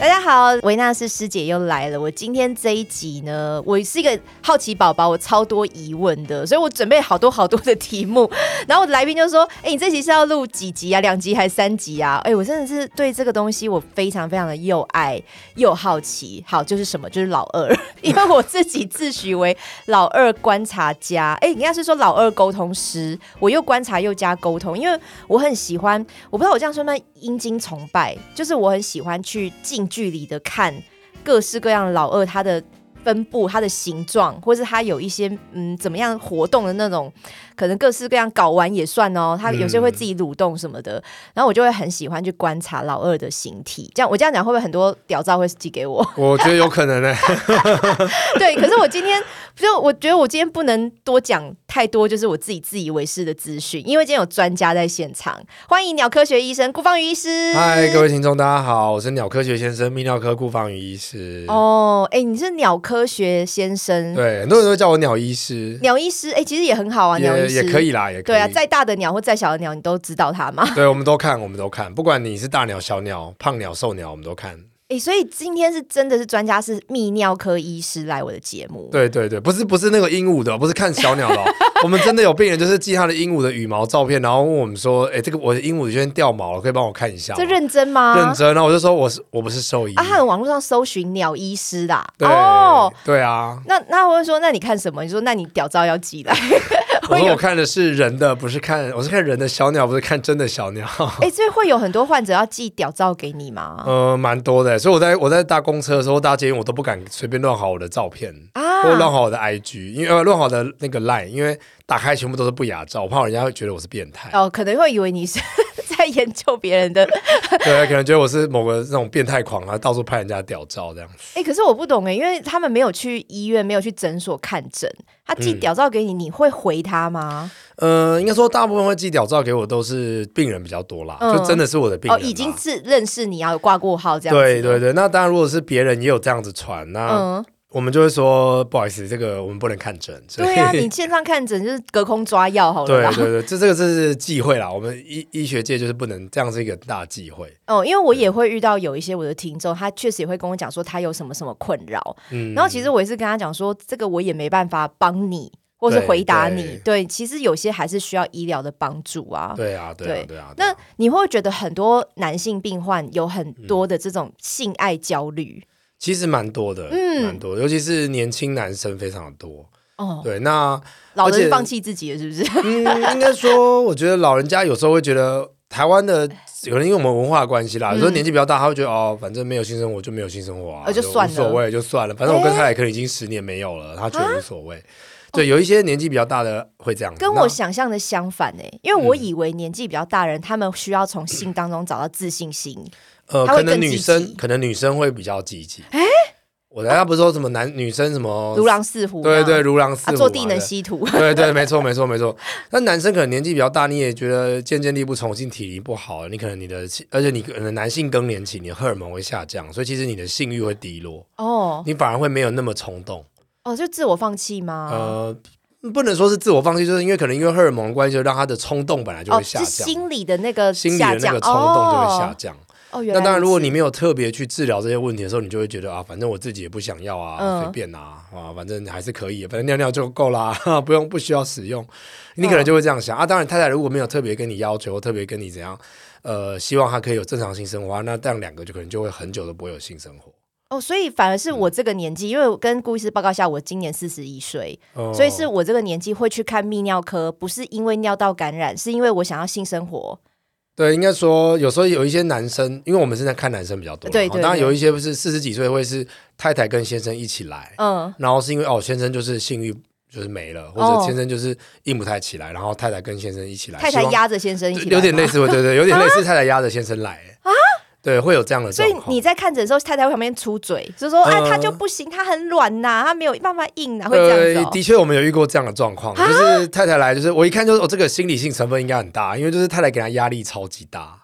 大家好，维纳斯师姐又来了。我今天这一集呢，我是一个好奇宝宝，我超多疑问的，所以我准备好多好多的题目。 然后我的来宾就说：“哎、你这集是要录几集啊？两集还是三集啊？”哎、我真的是对这个东西我非常非常的又爱又好奇。好，就是什么？就是老二， 因为我自己自诩为老二观察家。哎、应该是说老二沟通师，我又观察又加沟通，因为我很喜欢，我不知道我这样算不算阴茎崇拜，就是我很喜欢去近距离的看各式各样老二他的分布、它的形状，或是它有一些嗯怎么样活动的那种，可能各式各样睾丸也算哦，它有些会自己蠕动什么的，然后我就会很喜欢去观察老二的形体。这样我这样讲会不会很多屌照会寄给我？ 我觉得有可能欸呢、 对，可是我今天就我觉得我今天不能多讲太多，就是我自己自以为是的资讯，因为今天有专家在现场，欢迎鸟科学医生顾方宇医师。嗨，各位听众，大家好，我是鸟科学先生泌尿科顾方宇医师。哦，哎、你是鸟科学先生，对，很多人都叫我鸟医师，鸟医师，哎、其实也很好啊，鸟也医师也可。以啦，也可以。对啊，再大的鸟或再小的鸟，你都知道它嘛？对我们都看，我们都看，不管你是大鸟、小鸟、胖鸟、瘦鸟，我们都看。哎、所以今天是真的是专家是泌尿科医师来我的节目。对对对，不是不是那个鹦鹉的哦，不是看小鸟 的哦、我们真的有病人就是寄他的鹦鹉的羽毛照片，然后问我们说：“哎，这个我的鹦鹉有些掉毛了，可以帮我看一下吗？”这认真吗？认真，然后我就说：“我是我不是兽医。啊，他在网络上搜寻鸟医师啦。对、哦，对啊，那那我会说，那你看什么？你说，那你屌照要寄来。 我会说有我看的是人的，不是看我是看人的小鸟，不是看真的小鸟。 哎、所以会有很多患者要寄屌照给你吗？呃，蛮多的，所以我在我在搭公车的时候，搭捷运我都不敢随便乱好我的照片，啊或乱呃好我的 IG，因为呃乱好我的那个 Line，因为打开全部都是不雅照，我怕人家会觉得我是变态，哦，可能会以为你是 在研究别人 的。对，可能觉得我是某个那种变态狂啊，到处拍人家屌照这样。哎、可是我不懂哎、因为他们没有去医院，没有去诊所看诊，他嗯寄屌照给你，你会回他吗？呃，应该说大部分会寄屌照给我都是病人比较多啦，嗯就真的是我的病哦，人啦、啊已经是认识你啊，有挂过号这样子。对对。啊对，那当然，如果是别人也有这样子传，那嗯，我们就会说不好意思，这个我们不能看诊。所以对 啊，你线上看诊就是隔空抓药好了对啦。对对，这这个这是忌讳啦，我们医医学界就是不能这样是一个大忌讳。哦，因为我也会遇到有一些我的听众，他确实也会跟我讲说他有什么什么困扰，嗯，然后其实我也是跟他讲说，这个我也没办法帮你，或是对回答对你。对，其实有些还是需要医疗的帮助啊。对啊，对啊对，对啊。对那啊你会不会觉得很多男性病患有很嗯多的这种性爱焦虑？其实蛮多的，嗯蛮多的，尤其是年轻男生非常的多。哦，对，那老了而且就放弃自己了，是 不是？嗯， 应该说，我觉得老人家有时候会觉得台湾的。有人因为我们文化的关系啦，有时候年纪比较大，他会觉得哦，反正没有性生活就没有性生活啊，嗯呃就算了无所谓，就算了。反正我跟泰莱克已经十年没有了，他觉得无所谓。对，有一些年纪比较大的会这样子，哎跟那嗯我想象的相反呢、因为我以为年纪比较大人，他们需要从性当中找到自信心。呃，他会可更能女积极生可能女生会比较积极。哎、我大家不是说什么男女生什么如狼似虎嘛，对对如狼似虎啊，嘛坐地能。吸土。 对对对，没错没错没错。那男生可能年纪比较大，你也觉得渐渐力不从心，体力不好，你可能你的气，而且你可能男性更年期，你的荷尔蒙会下降，所以其实你的性欲会低落，哦你反而会没有那么冲动。哦，就自我放弃吗？呃，不能说是自我放弃，就是因为可能因为荷尔蒙的关系，就让他的冲动本来就哦，会下是降，心理的那个心理下的那降，个冲动就会下降。哦。哦，原来那当然，如果此你没有特别去治疗这些问题的时候，你就会觉得啊，反正我自己也不想要啊，嗯随、便啊，啊，反正还是可以，反正尿尿就够啦， 不用不需要使用。你嗯可能就会这样想、啊。当然，太太如果没有特别跟你要求，特别跟你怎样，呃，希望她可以有正常性生活啊，那这样两个就可能就会很久都不会有性生活。哦，所以反而是嗯我这个年纪，因为我跟顾医师报告一下，我今年四十一岁，哦所以是我这个年纪会去看泌尿科，不是因为尿道感染，是因为我想要性生活。对，应该说有时候有一些男生，因为我们现在看男生比较多嘛，对对当然对有一些不是四十几岁会是太太跟先生一起来，嗯，然后是因为哦，先生就是性欲就是没了，或哦者先生就是硬不太起来，然后太太跟先生一起来，太太希望压着先生一起，啊有点类。似，对对对，有点类似太太压着先生来啊，对，会有这样的所状以况。你在看诊的时候，太太会旁边出嘴，就说：“啊，嗯他就不行，他很软呐，他没有办法硬呐，会这呃样，子哦啊的确，我们有遇过这样的状况，就是啊太太来，就是我一看就是，哦，这个心理性成分应该很大，因为就是太太给她压力超级大，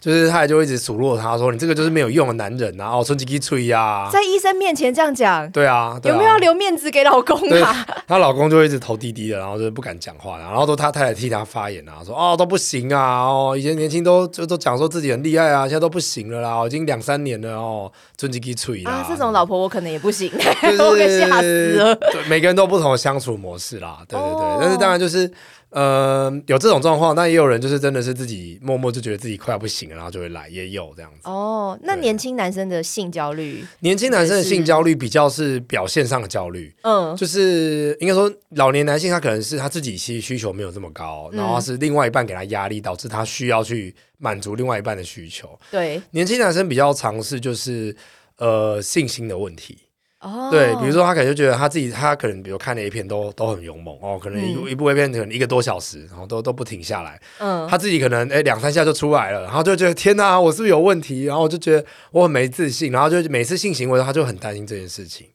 就是太太就一直数落他说：“你这个就是没有用的男人啊，哦，春吉吉吹呀。在医生面前这样讲，”啊对啊，对啊有没有要留面子给老公 对啊？，她老公就一直头低低的，然后就是不敢讲话，然后都她太太替她发言啊，说哦都不行啊，哦以前年轻都就都讲说自己很厉害啊，现在都不行了啦，哦已经两三年了哦，尊几鸡脆啦。 啊，这种老婆我可能也不行，就 是我给吓死 了。对，每个人都有不同的相处模式啦，对对对。哦但是当然就是，呃，有这种状况，但也有人就是真的是自己默默就觉得自己快要不行了，然后就会来，也有这样子。哦，那对年轻男生的性焦虑，年轻男生的是性焦虑比较是表现上的焦虑，嗯，就是应该说，老年男性他可能是他自己需需求没有这么高，嗯然后他是另外一半给他压力，导致他需要去满足另外一半的需求。对，年轻男生比较尝试就是呃性心的问题，哦，对，比如说他可能就觉得他自己他可能比如看的 A 片都都很勇猛哦，可能一、嗯一部 A 片可能一个多小时，然后都都不停下来，嗯，他自己可能哎两三下就出来了，然后就觉得天哪，我是不是有问题？然后我就觉得我很没自信，然后就每次性行为他就很担心这件事情，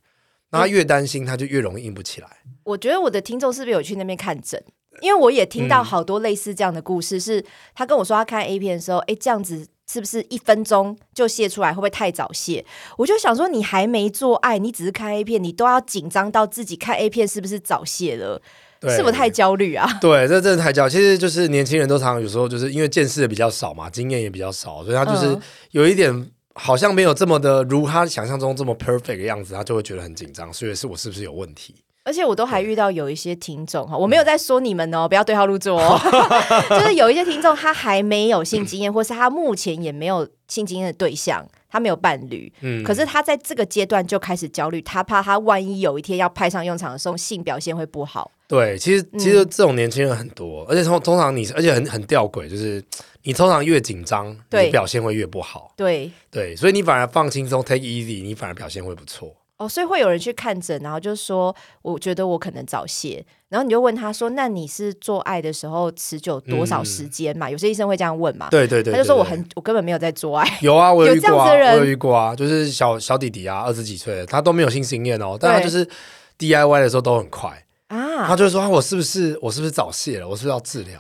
嗯那他越担心他就越容易硬不起来。我觉得我的听众是不是有去那边看诊？因为我也听到嗯好多类似这样的故事，是他跟我说他看 A 片的时候，哎，这样子是不是一分钟就泄出来，会不会太早泄？我就想说，你还没做爱，你只是看 A 片，你都要紧张到自己看 A 片是不是早泄了？对是我太焦虑啊？对，这真的太焦。其实就是年轻人都常常有时候就是因为见识的比较少嘛，经验也比较少，所以他就是嗯有一点好像没有这么的如他想象中这么 perfect 的样子，他就会觉得很紧张，所以是我是不是有问题？而且我都还遇到有一些听众哈，我嗯没有在说你们哦，不要对号入座哦。 就是有一些听众他还没有性经验，或是他目前也没有性经验的对象，他没有伴侣，嗯，可是他在这个阶段就开始焦虑，他怕他万一有一天要派上用场的时候，性表现会不好。对，其实其实这种年轻人很多，而且通通常你而且很很吊诡，就是你通常越紧张，对你表现会越不好。嗯对，对，所以你反而放轻松，take it easy，你反而表现会不错。哦，所以会有人去看诊，然后就说，我觉得我可能早泄，然后你就问他说，那你是做爱的时候持久多少时间嘛？有些医生会这样问嘛，嗯对对对，啊他就说对我对很，我根本没有在做爱。有啊，我有遇过有这样啊，子的人我有遇过啊，就是小小弟弟啊，二十几岁，他都没有性经验哦，但他对就是 DIY 的时候都很快，啊他，就说、啊、我是不是我是不是早泄了，我是不是要治疗？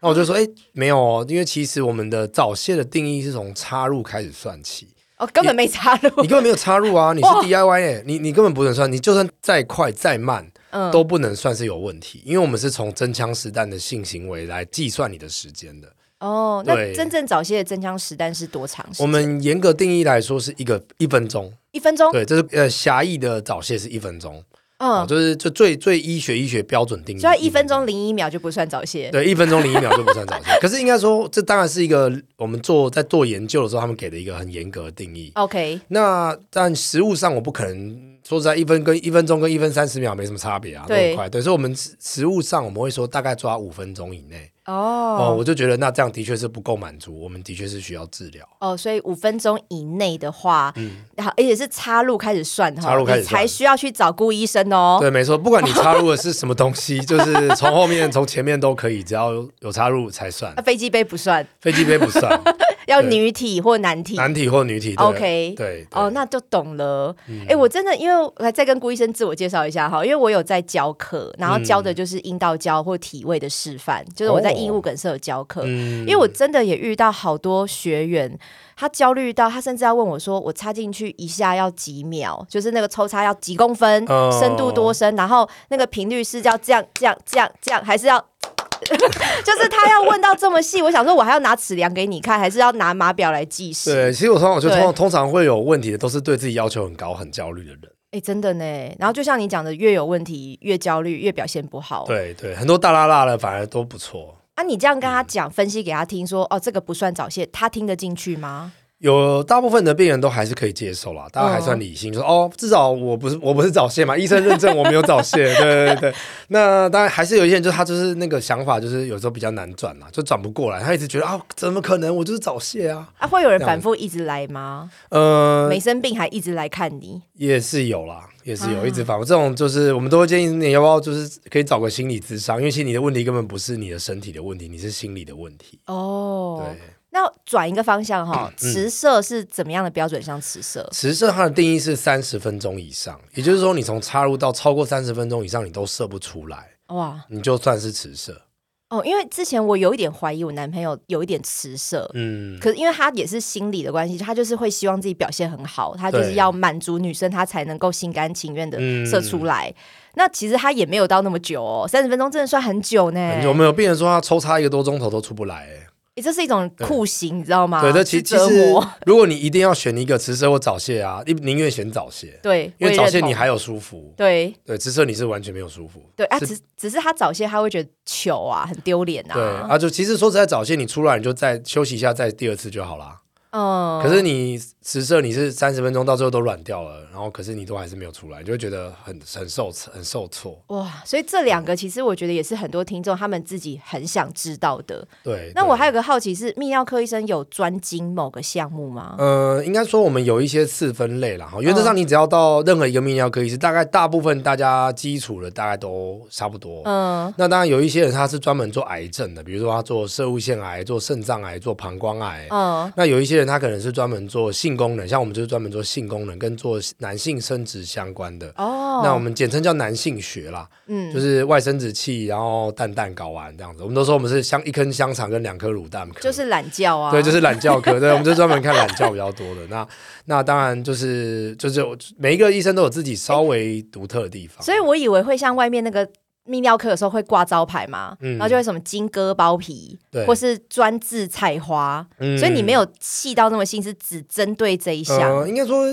然后我就啊说，哎、没有哦，因为其实我们的早泄的定义是从插入开始算 起，哦，根本没插入，你根本没有插入啊，你是哇 DIY 哎、你你根本不能算，你就算再快再慢嗯都不能算是有问题，因为我们是从真枪实弹的性行为来计算你的时间的。 哦，那对真正早泄的真枪实弹是多长时间？我们严格定义来说是一个一分钟，一分钟，对，这是呃狭义的早泄是一分钟，哦哦嗯，就是就最最医学医学标准定义，所以一分钟零一秒就不算早泄。对，一分钟零一秒就不算早 泄。可是应该说，这当然是一个我们做在做研究的时候，他们给的一个很严格的定义。 OK，那但实物上，我不可能说实在一分跟一分钟跟一分三十秒没什么差别啊，都对很快。对，所以我们实实物上我们会说大概抓五分钟以内。哦，哦我就觉得那这样的确是不够满足，我们的确是需要治疗。哦，所以五分钟以内的话，然后而且是插入开始算哈，嗯插入开始你算才需要去找顾医生哦。对，没错，不管你插入的是什么东西，就是从后面、从前面都可以，只要有插入才算啊。飞机杯不算，飞机杯不算， 要对女体或男体。男体或女体。对 OK 对。哦，对嗯那就懂了。哎、我真的因为我再跟顾医生自我介绍一下哈，因为我有在教课，然后教的就是阴道教或体位的示范，就是我在嗯哦义务梗是有教课。嗯因为我真的也遇到好多学员，他焦虑到他甚至要问我说：“我插进去一下要几秒？就是那个抽插要几公分，哦深度多深？然后那个频率是要这样、这样、这样、这样，还是要？” 就是他要问到这么细，我想说，我还要拿尺量给你看，还是要拿码表来计时？对，其实我通常我觉得对通通常会有问题的，都是对自己要求很高、很焦虑的人。哎、真的呢。然后就像你讲的，越有问题越焦虑，越表现不好。对对，很多大拉拉的反而都不错。啊，你这样跟嗯他讲，分析给他听说，哦，这个不算早泄，他听得进去吗？有大部分的病人都还是可以接受啦，大家还算理性，说哦，至少我不是我不是早泄嘛，医生认证我没有 早泄，对对对。那当然还是有一些人，就是他就是那个想法，就是有时候比较难转啦，就转不过来，他一直觉得啊，怎么可能，我就是早泄啊，啊，会有人这样反复一直来吗？呃，没生病还一直来看你，也是有啦，也是有，啊一直反复。这种就是我们都会建议你要不要就是可以找个心理咨商，因为其实你的问题根本不是你的身体的问题，你是心理的问题。哦对，，嗯那转一个方向哈，持射是怎么样的标准像持射？持射它的定义是三十分钟以上，也就是说你从插入到超过三十分钟以上，你都射不出来，哇你就算是持射。哦，因为之前我有一点怀疑我男朋友有一点迟射，嗯，可是因为他也是心理的关系，他就是会希望自己表现很好，他就是对要满足女生，他才能够心甘情愿的嗯射出来。那其实他也没有到那么久哦，三十分钟真的算很久呢。有没有病人说他抽插一个多钟头都出不来、欸？诶这是一种酷刑，你知道吗？对，这其是其啊折实磨。如果你一定要选一个直射或早泄啊，你宁愿选早泄，对，因为我早也泄认同你还有舒服，对对，直射你是完全没有舒服。对啊，是只只是他早些他会觉得糗啊，很丢脸对啊。啊，就其实说实在，早泄你出来你就再休息一下，再第二次就好啦。嗯，可是你直射你是三十分钟，到最后都软掉了，然后可是你都还是没有出来，你就会觉得很很受很受挫。哇，所以这两个其实我觉得也是很多听众他们自己很想知道的。对，那对我还有个好奇是，泌尿科医生有专精某个项目吗？呃，应该说我们有一些次分类啦。哈原嗯则上，你只要到任何一个泌尿科医师，大概大部分大家基础的大概都差不多。嗯，那当然有一些人他是专门做癌症的，比如说他做射物腺癌、做肾脏癌、做膀胱癌。嗯那有一些人他可能是专门做性功能，像我们就是专门做性功能跟做男性生殖相关的。哦，那我们简称叫男性学啦，嗯就是外生殖器，然后蛋蛋睾丸这样子。我们都说我们是香一根香肠跟两颗卤蛋壳，就是懒觉啊，对，就是懒教 科，对，我们就专门看懒教比较多的。那那当然就是就是每一个医生都有自己稍微独特的地方，所以我以为会像外面那个泌尿科有时候会挂招牌嘛，嗯然后就会什么金戈包皮，对或是专治菜花，嗯所以你没有细到那么细，是只针对这一项。呃，应该说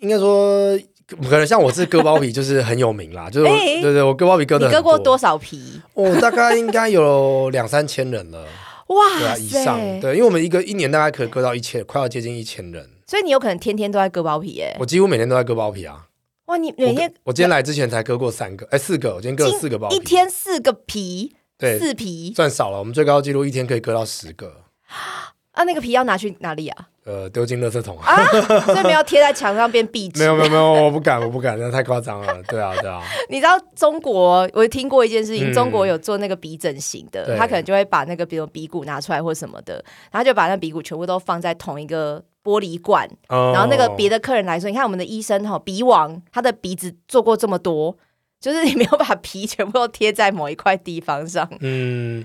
应该说可能像我是割包皮就是很有名啦，就是我、哎对对，我割包皮割你的割过多，少皮？我、哦大概应该有两三千人了，对啊 哇以上，塞！对，因为我们一个一年大概可以割到一千，快要接近一千人，所以你有可能天天都在割包皮耶、我几乎每天都在割包皮啊，哇，你每天我我今天来之前才割过三个，哎四个，我今天割了四个包皮，一天四个皮，对四皮算少了，我们最高纪录一天可以割到十个。啊，那个皮要拿去哪里啊？ 呃，丢进垃圾桶啊？啊，所以没有贴在墙上变壁纸。 没有没有没有，我不敢， 我不敢，那太夸张了。对啊 对啊，你知道中国，我听过一件事情，嗯中国有做那个鼻整形的，对他可能就会把那个比如鼻骨拿出来或什么的，然后就把那鼻骨全部都放在同一个玻璃罐，哦然后那个别的客人来说，你看我们的医生哈，鼻王他的鼻子做过这么多，就是你没有把皮全部都贴在某一块地方 上嗯，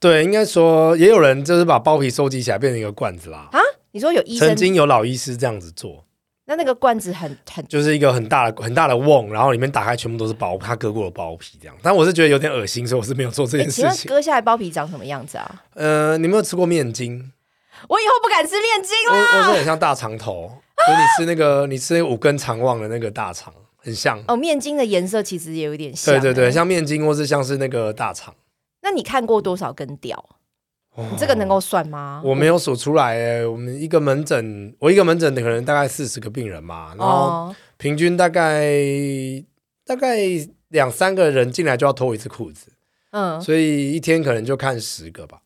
对，应该说也有人就是把包皮收集起来变成一个罐子啦。啊？你说有医生曾，经有老医师这样子做，那那个罐子很很就是一个很大的很大的瓮，然后里面打开全部都是包他割过的包皮这样。但我是觉得有点恶心，所以 我是没有做这诶件哎请事问情。割下来包皮长什么样子啊？呃，你有没有吃过面筋？我以后不敢吃面筋我了。我是很像大肠头，就是你吃那个你吃那个五根肠旺的那个大肠，很 像。哦，面筋的颜色其实也有点像。对啊对诶对，像面筋或是像是那个大肠。那你看过多少根屌？你这个能够算吗？哦我没有数出来、欸，我们一个门诊，我一个门诊可能大概四十个病人嘛，然后哦，平均大概大概两三个人进来就要脱一次裤子，嗯，所以一天可能就看十个吧，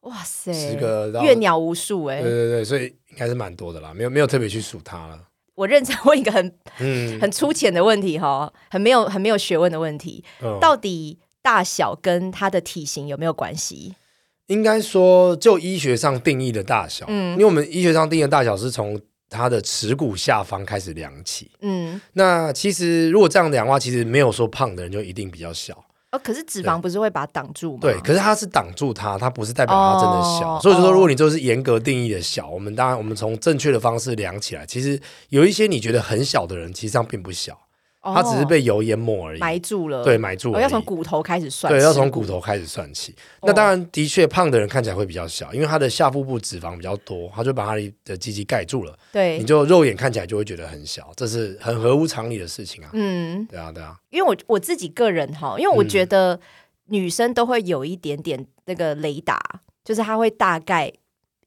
哇塞，十个到阅鸟无数哎、对对对，所以应该是蛮多的啦，没有没有特别去数它了，我认真问一个很嗯，很粗浅的问题哈，很没有很没有学问的问题，嗯到底大小跟它的体型有没有关系？应该说就医学上定义的大小，嗯因为我们医学上定义的大小是从它的耻骨下方开始量起，嗯，那其实如果这样量的话，其实没有说胖的人就一定比较小。哦，可是脂肪不是会把它挡住吗？对，可是它是挡住它，它不是代表它真的小。哦所以就说，哦如果你就是严格定义的小，我们当然我们从正确的方式量起来，其实有一些你觉得很小的人，其实上并不小，哦他只是被油淹没而已，埋住了，对，埋住哦，而已。要从骨哦头开始算，对，要从耻骨头开始算起。那当然，的确胖的人看起来会比较小，因为他的下腹部脂肪比较多，他就把他的鸡鸡盖住了，你对，就肉眼看起来就会觉得很小，这是很合乎常理的事情啊。嗯，对啊，对啊，因为我我自己个人哈，因为我嗯觉得女生都会有一点点那个雷达，就是她会大概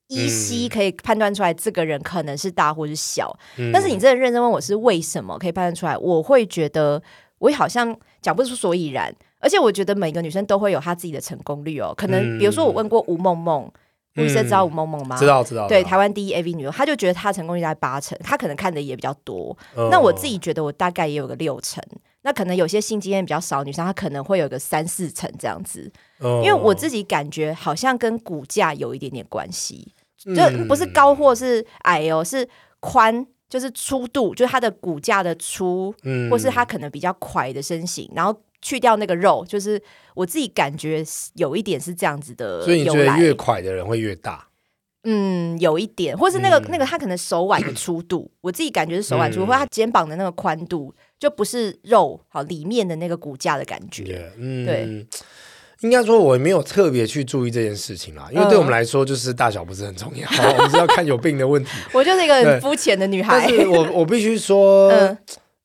依稀嗯可以判断出来这个人可能是大或是小。嗯但是你真的认真问我是为什么可以判断出来，我会觉得我好像讲不出所以然。而且我觉得每个女生都会有她自己的成功率哦，可能嗯比如说我问过吴梦梦，吴医生知道吴梦梦吗？知。道知道，对，知道台湾第一 AV 女优，她就觉得她成功率大概八成，她可能看的也比较多，嗯那我自己觉得我大概也有个六成，那可能有些性经验比较少的女生，她可能会有个三四成这样子，嗯，因为我自己感觉好像跟骨架有一点点关系，嗯就不是高或是矮哦，是宽，就是粗度，就是她的骨架的粗，嗯或是她可能比较快的身形，然后去掉那个肉，就是我自己感觉是有一点是这样子的所以你由觉得来。越快的人会越大？嗯，有一点，或是那个、嗯那个他可能手腕的粗度，我自己感觉是手腕粗度，嗯或他肩膀的那个宽度，就不是肉好里面的那个骨架的感觉。也嗯，对。应该说，我没有特别去注意这件事情啦，因为对我嗯们来说，就是大小不是很重要，我们是要看有病 的问题。我就是一个对很肤浅的女但孩。是我我必须说，嗯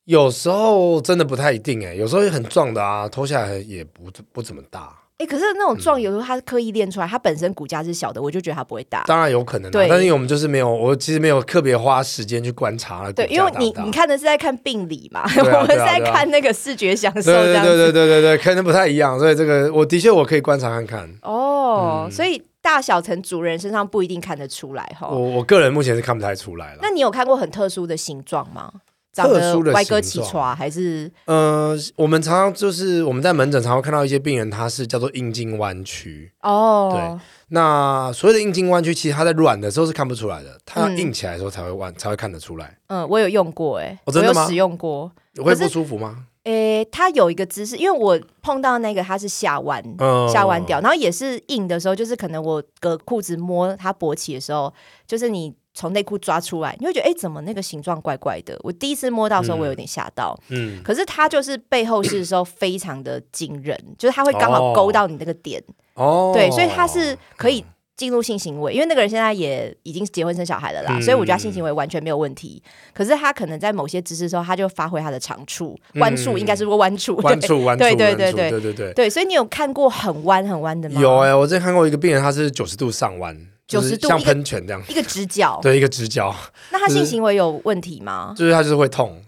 有时候真的不太一定哎、有时候很壮的啊，脱下来也不不怎么大，哎、可是那嗯种壮，有时候他刻意练出来，他本身骨架是小的，我就觉得他不会大。当然有可能、啊，对但是因为我们就是没有，我其实没有特别花时间去观察了。对，骨因架为大你不大你。看的是在看病理嘛，对啊我们是对啊在对啊看那个视觉享受对这对样对子。对对对对，可能不太一样，所以这个我的确我可以观察看看。哦，嗯所以大小从主人身上不一定看得出来哈。我我个人目前是看不太出来了哦那。你有看过很特殊的形状吗？长特得殊的歪哥形起状床还是呃，我们常常就是我们在门诊常常会看到一些病人，他是叫做阴茎弯曲。哦？那所谓的阴茎弯曲，其实他在软的时候是看不出来的，他要嗯硬起来的时候才会弯，才会看得出来。嗯，我有用过哎、哦我真的有吗使用过。会哦可不是舒服吗？诶、它有一个姿势，因为我碰到那个它是下弯，嗯下弯掉，然后也是硬的时候，就是可能我隔裤子摸它勃起的时候，就是你从内裤抓出来，你会觉得哎、诶怎么那个形状怪怪的？我第一次摸到的时候，嗯我有点吓到。嗯，可是它就是背后是的时候非常的惊人，就是它会刚好勾到你那个点，哦，对，所以它是可以进入性行为，因为那个人现在也已经结婚生小孩了啦，嗯所以我觉得他性行为完全没有问题。可是他可能在某些姿势的时候，他就发挥他的长处，弯处嗯应该是说弯处，弯对处弯处对弯处，对对对对对。 对，所以你有看过很弯很弯的吗？有哎、我之前看过一个病人，他是九十度上弯，就是90度像一个喷泉这样，一个直角，对，一个直角，那他就是性行为有问题吗？就是他就是会痛。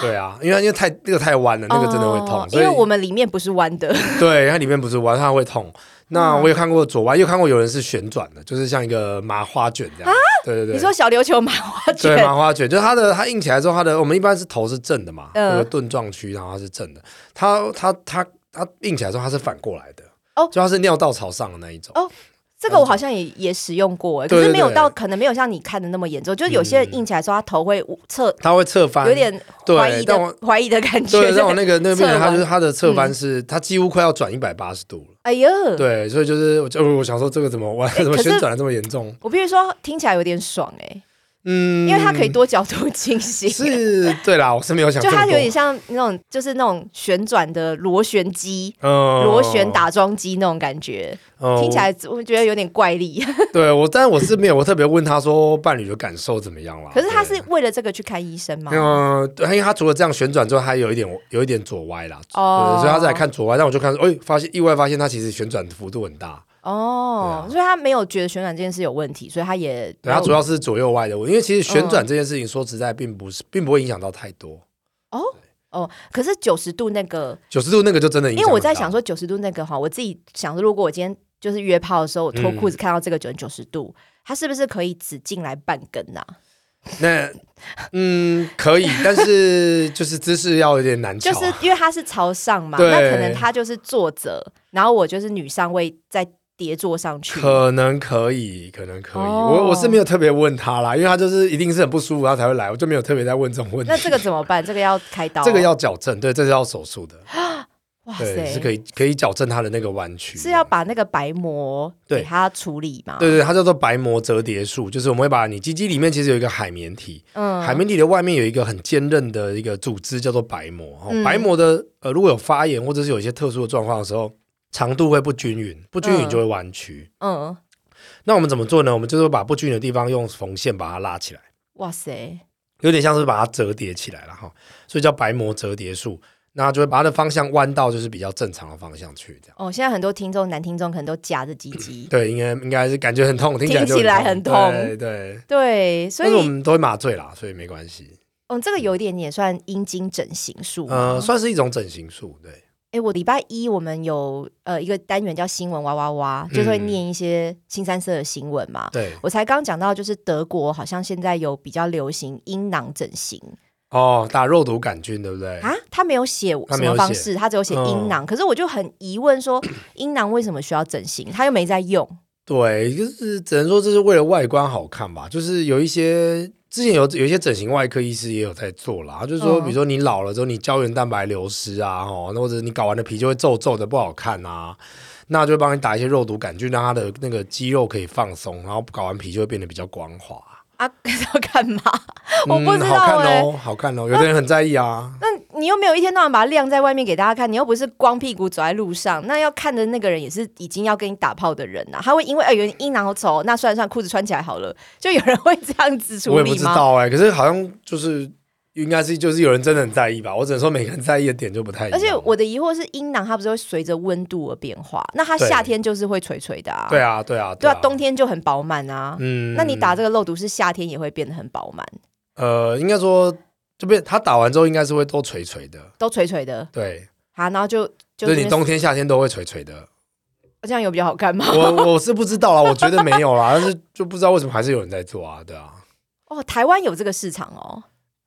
对啊，因为因为太那个太弯了，那个真的会痛，哦因所以为我们里面不是弯的， 对它里面不是弯，它会痛。那嗯我有看过左弯，也有看过有人是旋转的，就是像一个麻花卷这样。对对对，啊你说小琉球麻花对卷，麻花卷，就是它的它硬起来之后，它的我们一般是头是正的嘛，嗯有个盾状区，然后它是正的，它它它它硬起来之后，它是反过来的，哦就它是尿到朝上的那一种。哦这个我好像也也使用过、哎，可对是对没有对到，可能没有像你看的那么严重，就是有些人硬起来的时候，他头会侧，它会侧翻，有点对怀疑但我的怀疑的感觉，对，让我那个那个病人，侧嗯他弯就是他的侧翻是，他几乎快要转一百八十度了。哎呦，对，所以就是我就哦我想说，这个怎么弯，哎怎么可是旋转的这么严重？我必须说，听起来有点爽哎、嗯，因为它可以多角度进行，是，对啦，我是没有想就这么它多，有点像那种就是那种旋转的螺旋机、嗯螺旋，打桩机那种感觉，嗯听起来我觉得有点怪力。我对我，但我是没有，我特别问他说伴侣的感受怎么样啦。 可是他是对。为了这个去看医生吗？嗯，对因为他除了这样旋转之后，还有一点有一点左歪啦，哦对所以他在看左歪，但我就看，哎，发现意外发现他其实旋转幅度很大，哦，所以他没有觉得旋转这件事有问题，所以他也啊对，啊他主要是左右歪的问题，因为其嗯实旋转这件事情说实在并不是，并不会影响到太多，哦，可是九十度那个，九十度那个就真的影因响，为我在想，说九十度那个哈，我自己想说，如果我今天就是约炮的时候，我脱嗯裤子看到这个九九十度，他是不是可以只进来半根啊？那嗯可以，但是就是姿势要有 点难瞧就啊，是因为他是朝上嘛，对那可能他就是坐着，然后我就是女上位再叠坐上去。可能可以，可能可以。哦我我是没有特别问他啦，因为他就是一定是很不舒服，他才会来，我就没有特别在问这种问题。那这个怎么办？这个要开刀？ 这个要矫正，对，这是要手术的，哇对，塞，是可以可以矫正他的那个弯曲。是要把那个白膜对给它处理嘛？对对，它叫做白膜折叠术，就是我们会把你鸡鸡里面其实有一个海绵体，嗯海绵体的外面有一个很坚韧的一个组织叫做白膜。哦嗯白膜的呃，如果有发炎或者是有一些特殊的状况的时候，长度会不均匀，不均匀就会弯曲。嗯，那我们怎么做呢？我们就是把不均匀的地方用缝线把它拉起来。哇塞，有点像是把它折叠起来了哈，所以叫白膜折叠术。那就会把它的方向弯到就是比较正常的方向去，这样，哦，现在很多听众男听众可能都夹着鸡鸡对，应该应该是感觉很痛，听起来就听起来很痛对对。对，所但是我以们都会麻醉啦，所以没关系。嗯，这个有一点也算阴茎整形术嘛。呃，算是一种整形术，对，哎、我礼拜一我们有呃一个单元叫新闻哇哇哇，就是会嗯念一些新三色的新闻嘛。对，我才刚讲到，就是德国好像现在有比较流行阴囊整形哦，打肉毒杆菌，对不对？啊，他没有写他什没有么写嗯方式，他只有写阴囊。可是我就很疑问 说，阴囊为什么需要整形？他又没在用。对，就是只能说这是为了外观好看吧，就是有一些之前有有一些整形外科医师也有在做啦，他就是说，嗯比如说你老了之后，你胶原蛋白流失啊，哦，那或者你搞完的皮就会皱皱的不好看啊，那就会帮你打一些肉毒杆菌，让它的那个肌肉可以放松，然后搞完皮就会变得比较光滑。啊，要干嘛？ 我不知好道哎、看哦，好看哦，有的人很在意啊。那你又没有一天到晚把它晾在外面给大家看，你又不是光屁股走在路上，那要看的那个人也是已经要跟你打炮的人呐、他会因为哎有人阴囊好丑，那算了算了裤子穿起来好了，就有人会这样子处我也不理知吗？道哎、可是好像就是应该是就是有人真的很在意吧，我只能说每个人在意的点就不太一而样。且我的疑惑是，阴囊它不是会随着温度而变化？那它对夏天就是会垂垂的啊，对啊，对啊，对啊，啊，冬天就很饱满啊。嗯那你打这个肉毒是夏天也会变得很饱满，呃，应该说这边他打完之后应该是会都垂垂的，都垂垂的对，啊，然后就就就是你这边冬天夏天都会垂垂的。这样有比较好看吗？ 我我是不知道啦，我觉得没有啦，但是就不知道为什么还是有人在做啊，对啊，哦，台湾有这个市场哦，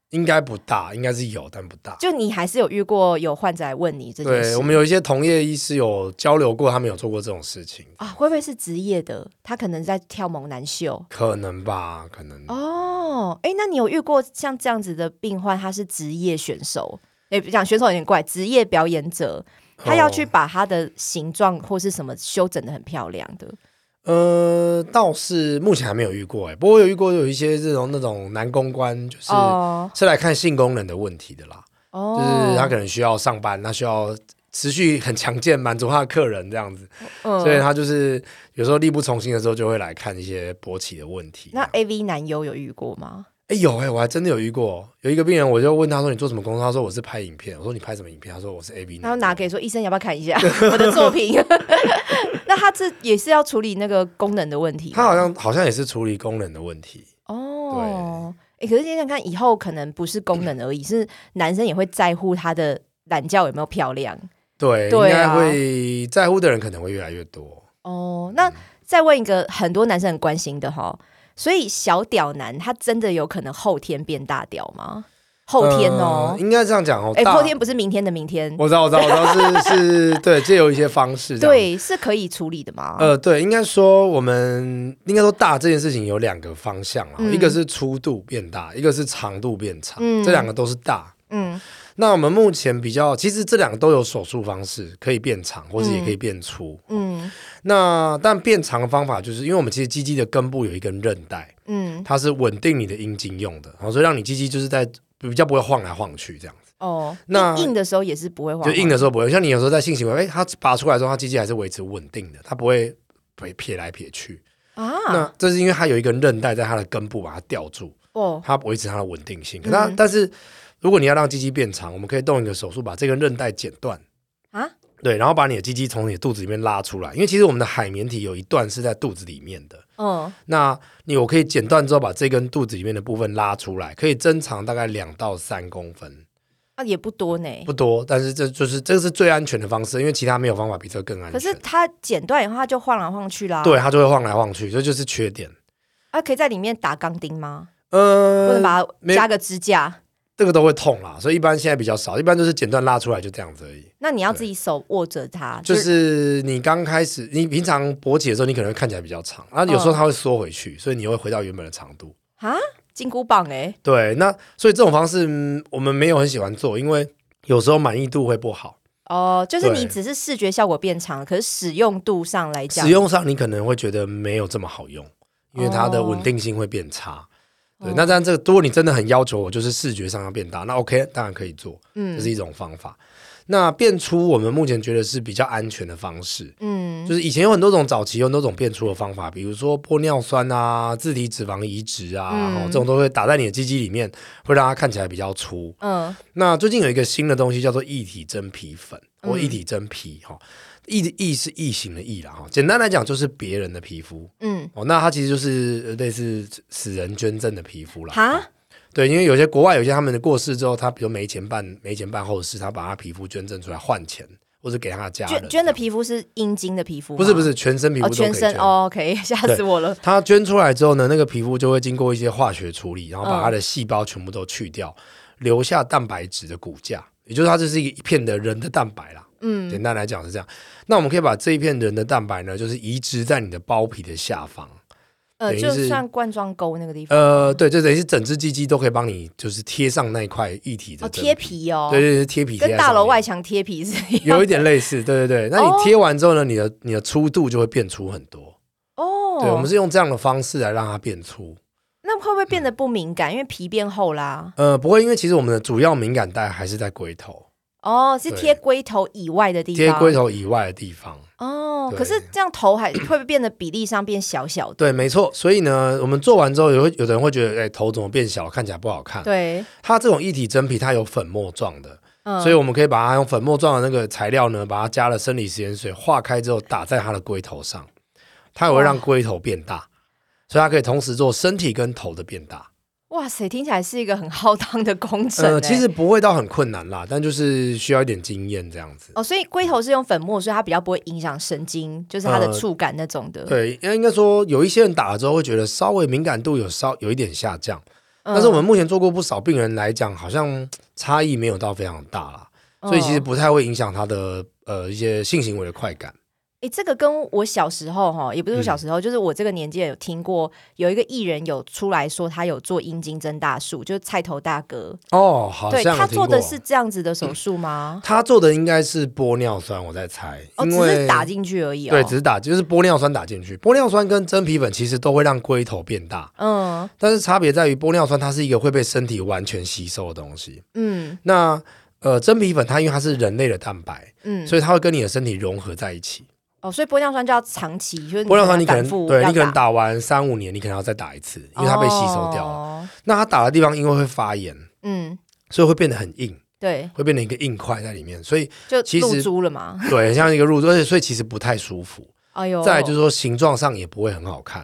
应该不大，应该是有，但不大。就你还是有遇过有患者来问你这件对事我们有一些同业医师有交流过，他们有做过这种事情，啊？会不会是职业的？他可能在跳猛男秀可能吧，可能。哦。哎，那你有遇过像这样子的病患，他是职业选手？哎，讲选手有点怪，职业表演者，哦他要去把他的形状或是什么修整的很漂亮的。呃，倒是目前还没有遇过哎、不过我有遇过有一些这种那种男公关，就是、哦是来看性功能的问题的啦，哦，就是他可能需要上班，他需要持续很强健满足他的客人这样子，嗯所以他就是有时候力不从心的时候就会来看一些勃起的问题。那 A V 男优有遇过吗？哎、有哎、我还真的有遇过，有一个病人，我就问他说你做什么工作？他说我是拍影片。我说你拍什么影片？他说我是 A B。然后拿给说医生要不要看一 下我的作品？ 那他这也是要处理那个功能的问题吗。他好像好像也是处理功能的问题，哦，哎、可是想想看，以后可能不是功能而已，是男生也会在乎他的懒觉有没有漂亮。对，对应该啊会在乎的人可能会越来越多。哦，嗯那再问一个很多男生很关心的哈，所以小屌男他真的有可能后天变大屌吗？后天哦呃，应该这样讲哦。哎、大后天不是明天的明天，我知道，我知道，我知道是是，对，借由一些方式。，对，是可以处理的吗？呃，对，应该说我们应该说大这件事情有两个方向啦，嗯一个是粗度变大，一个是长度变长，嗯这两个都是大。嗯，那我们目前比较，其实这两个都有手术方式，可以变长，或者也可以变粗。嗯那但变长的方法就是，因为我们其实鸡鸡的根部有一根韧带，嗯，它是稳定你的阴茎用的，然后所以让你鸡鸡就是在比较不会晃来晃去这样子。哦，那硬硬的时候也是不会晃，就硬的时候不会，像你有时候在性行为，哎，它拔出来之后，它鸡鸡还是维持稳定的，它不会撇撇来撇去。啊，那这是因为它有一根韧带在它的根部把它吊住，哦，它维持它的稳定性。可它、嗯但是如果你要让鸡鸡变长，我们可以动一个手术把这根韧带剪断啊，对，然后把你的鸡鸡从你的肚子里面拉出来，因为其实我们的海绵体有一段是在肚子里面的。嗯，那你我可以剪断之后把这根肚子里面的部分拉出来，可以增长大概两到三公分，那、啊也不多呢，不多，但是这就是这是最安全的方式，因为其他没有方法比这个更安可是全。它剪断以后，它就晃来晃去啦。对，它就会晃来晃去，这就是缺点。啊，可以在里面打钢钉吗？不呃能，把它没加个支架？这个都会痛啦，所以一般现在比较少，一般就是剪断拉出来就这样子而已。那你要自己手握着它，就是你刚开始，你平常勃起的时候，你可能会看起来比较长，然后有时候它会缩回去，所以你会回到原本的长度。啊，金箍棒哎、对，那所以这种方式、嗯我们没有很喜欢做，因为有时候满意度会不好。哦，就是对你只是视觉效果变长了，可是使用度上来讲，使用上你可能会觉得没有这么好用，因为它的哦稳定性会变差。对哦，那但这个，如果你真的很要求我，就是视觉上要变大，那 OK，当然可以做，这是嗯一种方法。那变粗，我们目前觉得是比较安全的方式。嗯就是以前有很多种早期有很多种变粗的方法，比如说玻尿酸啊、自体脂肪移植啊，嗯哦这种都会打在你的鸡鸡里面，会让它看起来比较粗。嗯那最近有一个新的东西叫做一体真皮粉或嗯一体真皮哈，异异是异形的异啦哈。简单来讲就是别人的皮肤嗯，哦，那它其实就是呃类似死人捐赠的皮肤啦。哈，对，因为有些国外有些他们的过世之后，他比如没钱办没钱办后事，他把他皮肤捐赠出来换钱，或者给他的家人捐捐的这样皮肤是阴茎的皮肤吗，不是不是全身皮肤哦，都可以全身捐。哦，OK，吓死我了，他捐出来之后呢，那个皮肤就会经过一些化学处理，然后把它的细胞全部都去掉，留下蛋白质的骨架，也就是它这是一片的人的蛋白啦。嗯简单来讲是这样。那我们可以把这一片人的蛋白呢，就是移植在你的包皮的下方，呃，等于就是算罐装沟那个地方，呃，对，就等于是整只鸡鸡都可以帮你，就是贴上那一块一体的哦，真贴，皮哦，对对对，贴皮贴跟在大上楼面外墙贴皮是一样有一点类似，对对对。那哦你贴完之后呢，你的你的粗度就会变粗很多。哦。对，我们是用这样的方式来让它变粗。那会不会变得不敏感？因为皮变厚啦。呃，不会，因为其实我们的主要敏感带还是在龟头，哦，是对贴龟头以外的地方。贴龟头以外的地方。哦，对可是这样头还会不会变得比例上变小小的？对，没错。所以呢，我们做完之后，有会有的人会觉得，哎，头怎么变小，看起来不好看。对，它这种一体真皮，它有粉末状的，嗯所以我们可以把它用粉末状的那个材料呢，把它加了生理食盐水，化开之后打在它的龟头上，它也会让龟头变大，所以它可以同时做身体跟头的变大。哇塞，听起来是一个很浩荡的工程、欸呃，其实不会到很困难啦，但就是需要一点经验这样子。哦，所以龟头是用粉末，所以它比较不会影响神经，就是它的呃触感那种的。对，因为应该说有一些人打了之后会觉得稍微敏感度有稍有一点下降，嗯，但是我们目前做过不少病人来讲，好像差异没有到非常大啦，所以其实哎、不太会影响他的呃一些性行为的快感。诶这个跟我小时候哈，也不是嗯说小时候，就是我这个年纪有听过有一个艺人有出来说他有做阴茎增大术，就是菜头大哥，哦，好对像他有听做过嗯的是这样子的手术吗？他做的应该是玻尿酸，我在猜，哦，因只为是打进去而已哦。对，只是打就是玻尿酸打进去。玻尿酸跟真皮粉其实都会让龟头变大，嗯但是差别在于玻尿酸它是一个会被身体完全吸收的东西。嗯那呃，真皮粉它因为它是人类的蛋白，嗯，所以它会跟你的身体融合在一起。哦，所以玻尿酸就要长期，就是玻尿酸你可反能复对要你可能，打完三五年，你可能要再打一次，因为它被吸收掉了。哦那它打的地方因为会发炎，嗯，所以会变得很硬，对，会变成一个硬块在里面，所以就其实露珠了嘛。对，很像一个入住， 而且所以其实不太舒服。哎呦，再来就是说形状上也不会很好看，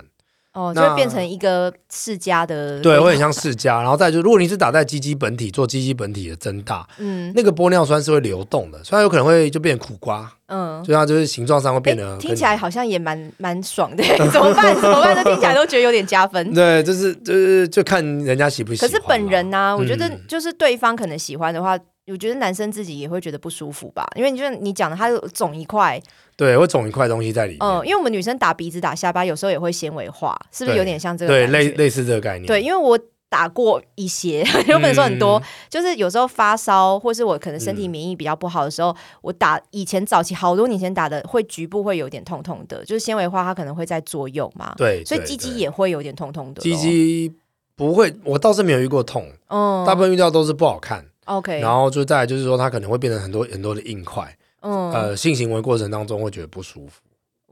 哦，就那会变成一个世家的对，会很像世家。然后再来就是如果你是打在鸡鸡本体做鸡鸡本体的增大，嗯那个玻尿酸是会流动的，所以它有可能会就变苦瓜，嗯。所以它就是形状上会变得诶很听起来好像也蛮蛮爽 的，怎么办？怎么办？这听起来都觉得有点加分。对，就是就是就看人家喜不喜可欢是啦。本人呢、我觉得嗯就是对方可能喜欢的话，我觉得男生自己也会觉得不舒服吧，因为你就像你讲的，他有肿一块，对会肿一块东西在里面，嗯，因为我们女生打鼻子、打下巴，有时候也会纤维化，是不是对有点像这个对感觉类类似这个概念，对，因为我打过一些， 有本说很多，嗯就是有时候发烧，或是我可能身体免疫比较不好的时候，我打以前早期好多年前打的，会局部会有点痛痛的，就是纤维化它可能会在作用嘛，对，所以对鸡鸡对也会有点痛痛的咯，哦鸡鸡不会，我倒是没有遇过痛，嗯大部分遇到都是不好看， OK，然后就再来就是说它可能会变成很多很多的硬块，嗯、呃，性行为过程当中会觉得不舒服。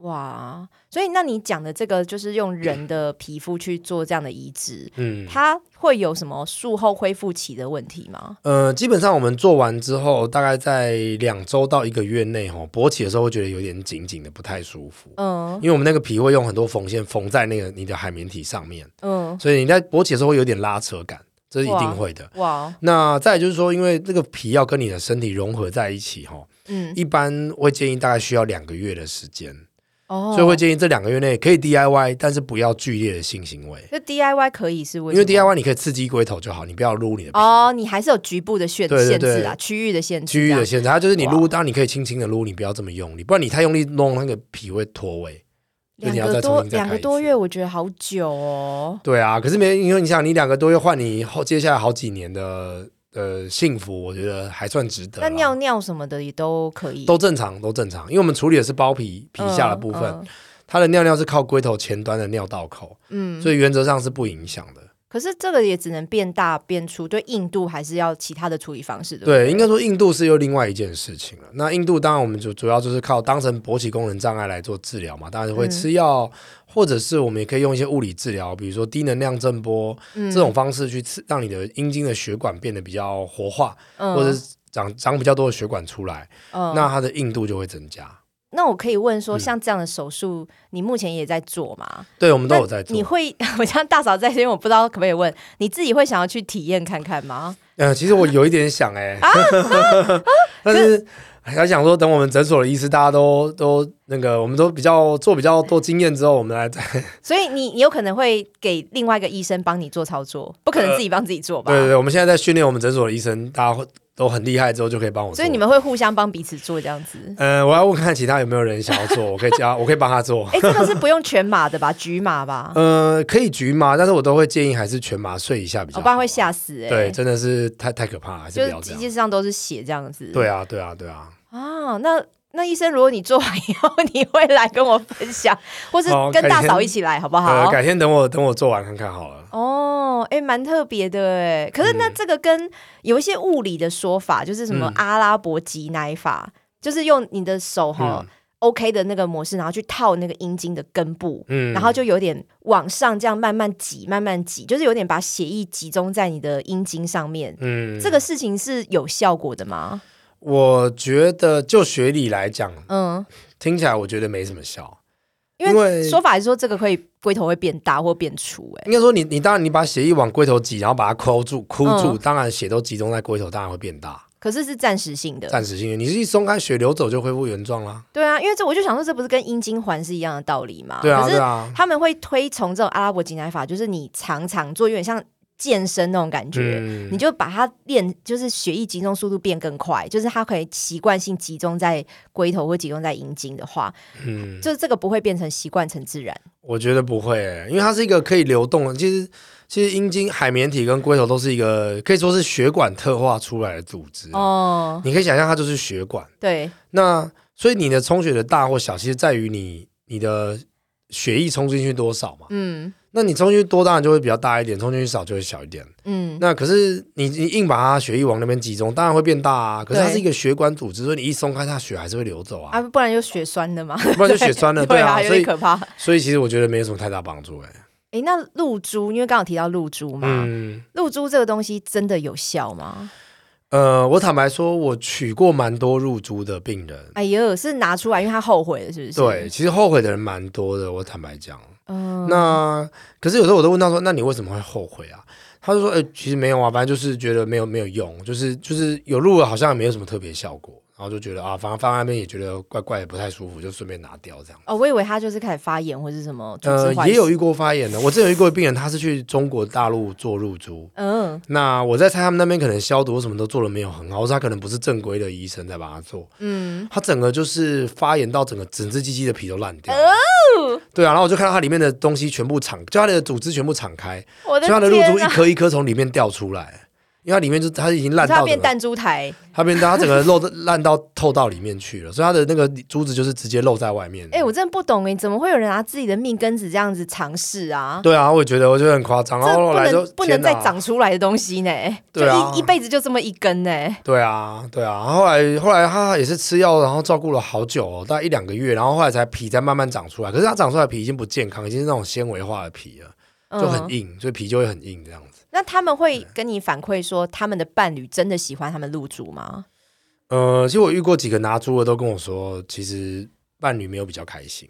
哇，所以那你讲的这个就是用人的皮肤去做这样的移植，嗯，它会有什么术后恢复期的问题吗？呃，基本上我们做完之后，大概在两周到一个月内，哦，勃起的时候会觉得有点紧紧的，不太舒服。嗯因为我们那个皮会用很多缝线缝在那个你的海绵体上面，嗯，所以你在勃起的时候会有点拉扯感，这是一定会的。哇，那再来就是说，因为这个皮要跟你的身体融合在一起，哈，嗯一般会建议大概需要两个月的时间，哦，所以会建议这两个月内可以 DIY，但是不要剧烈的性行为，就 DIY 可以是为因为什么 DIY 你可以刺激龟头就好，你不要撸你的皮。哦，你还是有局部的限对对限对制啊，区域的限制这区域样，的限制，它就是你撸，哇当然你可以轻轻的撸，你不要这么用力，不然你太用力弄那个皮会脱位。就你两要个再重多新再两开个一多次月，我觉得好久哦。对啊，可是没因为你想，你两个多月换你后接下来好几年的呃幸福，我觉得还算值得啦。那尿尿什么的也都可以，啊都正常，都正常，因为我们处理的是包皮皮下的部分，嗯嗯它的尿尿是靠龟头前端的尿道口，嗯所以原则上是不影响的。可是这个也只能变大变粗，对硬度还是要其他的处理方式，对不对，应该说印度是又另外一件事情了。那印度当然我们就主要就是靠当成勃起功能障碍来做治疗嘛，当然会吃药，嗯或者是我们也可以用一些物理治疗，比如说低能量震波、嗯这种方式去刺让你的阴茎的血管变得比较活化，嗯或者是长长比较多的血管出来，嗯那它的硬度就会增加。那我可以问说，嗯像这样的手术，你目前也在做吗？对，我们都那有在你做。会， 我像大嫂在，因为我不知道可不可以问，你自己会想要去体验看看吗？嗯、其实我有一点想哎、啊 但是还想说，等我们诊所的医师大家都都那个，我们都比较做比较多经验之后，我们来再所以你你有可能会给另呃外一个医生帮你做操作，不可能自己帮自己做吧？对对对，我们现在在训练我们诊所的医生，大家会都很厉害之后，就可以帮我做。。所以你们会互相帮彼此做这样子 呃，我要问看其他有没有人想要做，我可以教，我可以帮他做。哎，这个是不用全麻的吧？局麻 吧，呃，可以局麻，但是我都会建议还是全麻睡一下比较我好，不然会吓死哎。对，，真的是太太可怕了，还是就不是要机这样。器上都是血这样子。对啊，对啊，对啊。啊，那那医生，如果你做完以后， 你会来跟我分享，或是好跟哦改大天嫂一起来，好不好？呃，改天等我等我做完看看好了。哦，哎，蛮特别的哎。可是那这个跟有一些物理的说法，就是什么嗯阿拉伯挤奶法，就是用你的手哈、嗯 OK 的那个模式，然后去套那个阴茎的根部。嗯，然后就有点往上这样慢慢挤，慢慢挤，就是有点把血液集中在你的阴茎上面。嗯，这个事情是有效果的吗？我觉得就学理来讲，嗯，听起来我觉得没什么效，因因为说法是说这个会龟头会变大或变粗、哎，应该说你你当然你把血液往龟头挤，然后把它抠住箍住，嗯当然血都集中在龟头，当然会变大，可是是暂时性的。暂时性的。你是一松开血流走就恢复原状啦。对啊，因为这我就想说，这不是跟阴茎环是一样的道理吗？对啊，可对是啊，他们会推崇这种阿拉伯挤奶法，就是你常常做，有点像健身那种感觉。嗯你就把它练，就是血液集中速度变更快，就是它可以习惯性集中在龟头或集中在阴茎的话，嗯，就是这个不会变成习惯成自然。我觉得不会、欸，因为它是一个可以流动的。其实其实阴茎、海绵体跟龟头都是一个可以说是血管特化出来的组织。哦，你可以想象它就是血管。对，那所以你的充血的大或小，其实在于你你的血液冲进去多少嘛。嗯那你冲进去多，当然就会比较大一点；冲进去少就会小一点。嗯，那可是你你硬把它血液往那边集中，当然会变大啊。可是它对是一个血管组织，所以你一松开，它血还是会流走啊，啊，不然就血栓了嘛，不然就 血栓了。对啊，有所点以可怕。所以其实我觉得没有什么太大帮助、欸。哎，诶，那露珠，因为刚好提到露珠嘛，嗯。露珠这个东西真的有效吗？呃，我坦白说，我取过蛮多入珠的病人，哎呦，是拿出来，因为他后悔了，是不是？对，，其实后悔的人蛮多的。我坦白讲，嗯、那可是有时候我都问他说：“那你为什么会后悔啊？”他就说：“呃，其实没有啊，反正就是觉得没有没有用，就是就是有入了好像也没有什么特别效果，然后就觉得啊，反正放在那边也觉得怪怪的，不太舒服，就顺便拿掉这样。”哦，我以为他就是开始发炎或是什么组织呃坏，死也有遇过发炎的，我之前有遇过病人，他是去中国大陆做入珠。嗯那我在猜他们那边可能消毒什么都做的没有很好，或是他可能不是正规的医生在帮他做，嗯，它整个就是发炎到整个整只鸡鸡的皮都烂掉。对啊，然后我就看到它里面的东西全部敞，就它的组织全部敞开，我的所以它的露天珠一啊！颗一颗从里面掉出来，因为它里面就它已经烂它到整变个弹珠台，它变它整个漏的烂到透到里面去了，所以它的那个珠子就是直接漏在外面。哎、我真的不懂哎，怎么会有人拿自己的命根子这样子尝试啊？对啊，我也觉得我觉得很夸张，然这后后不来就能不能再。天哪长出来的东西呢？就对啊一一辈子就这么一根呢？对啊，对啊，后来后来他也是吃药，然后照顾了好久、哦，大概一两个月，然后后来才皮才慢慢长出来。可是它长出来的皮已经不健康，已经是那种纤维化的皮了。就很嗯，硬，所以皮就会很硬这样子。那他们会跟你反馈说他们的伴侣真的喜欢他们露珠吗？呃，其实我遇过几个拿猪的都跟我说，其实伴侣没有比较开心。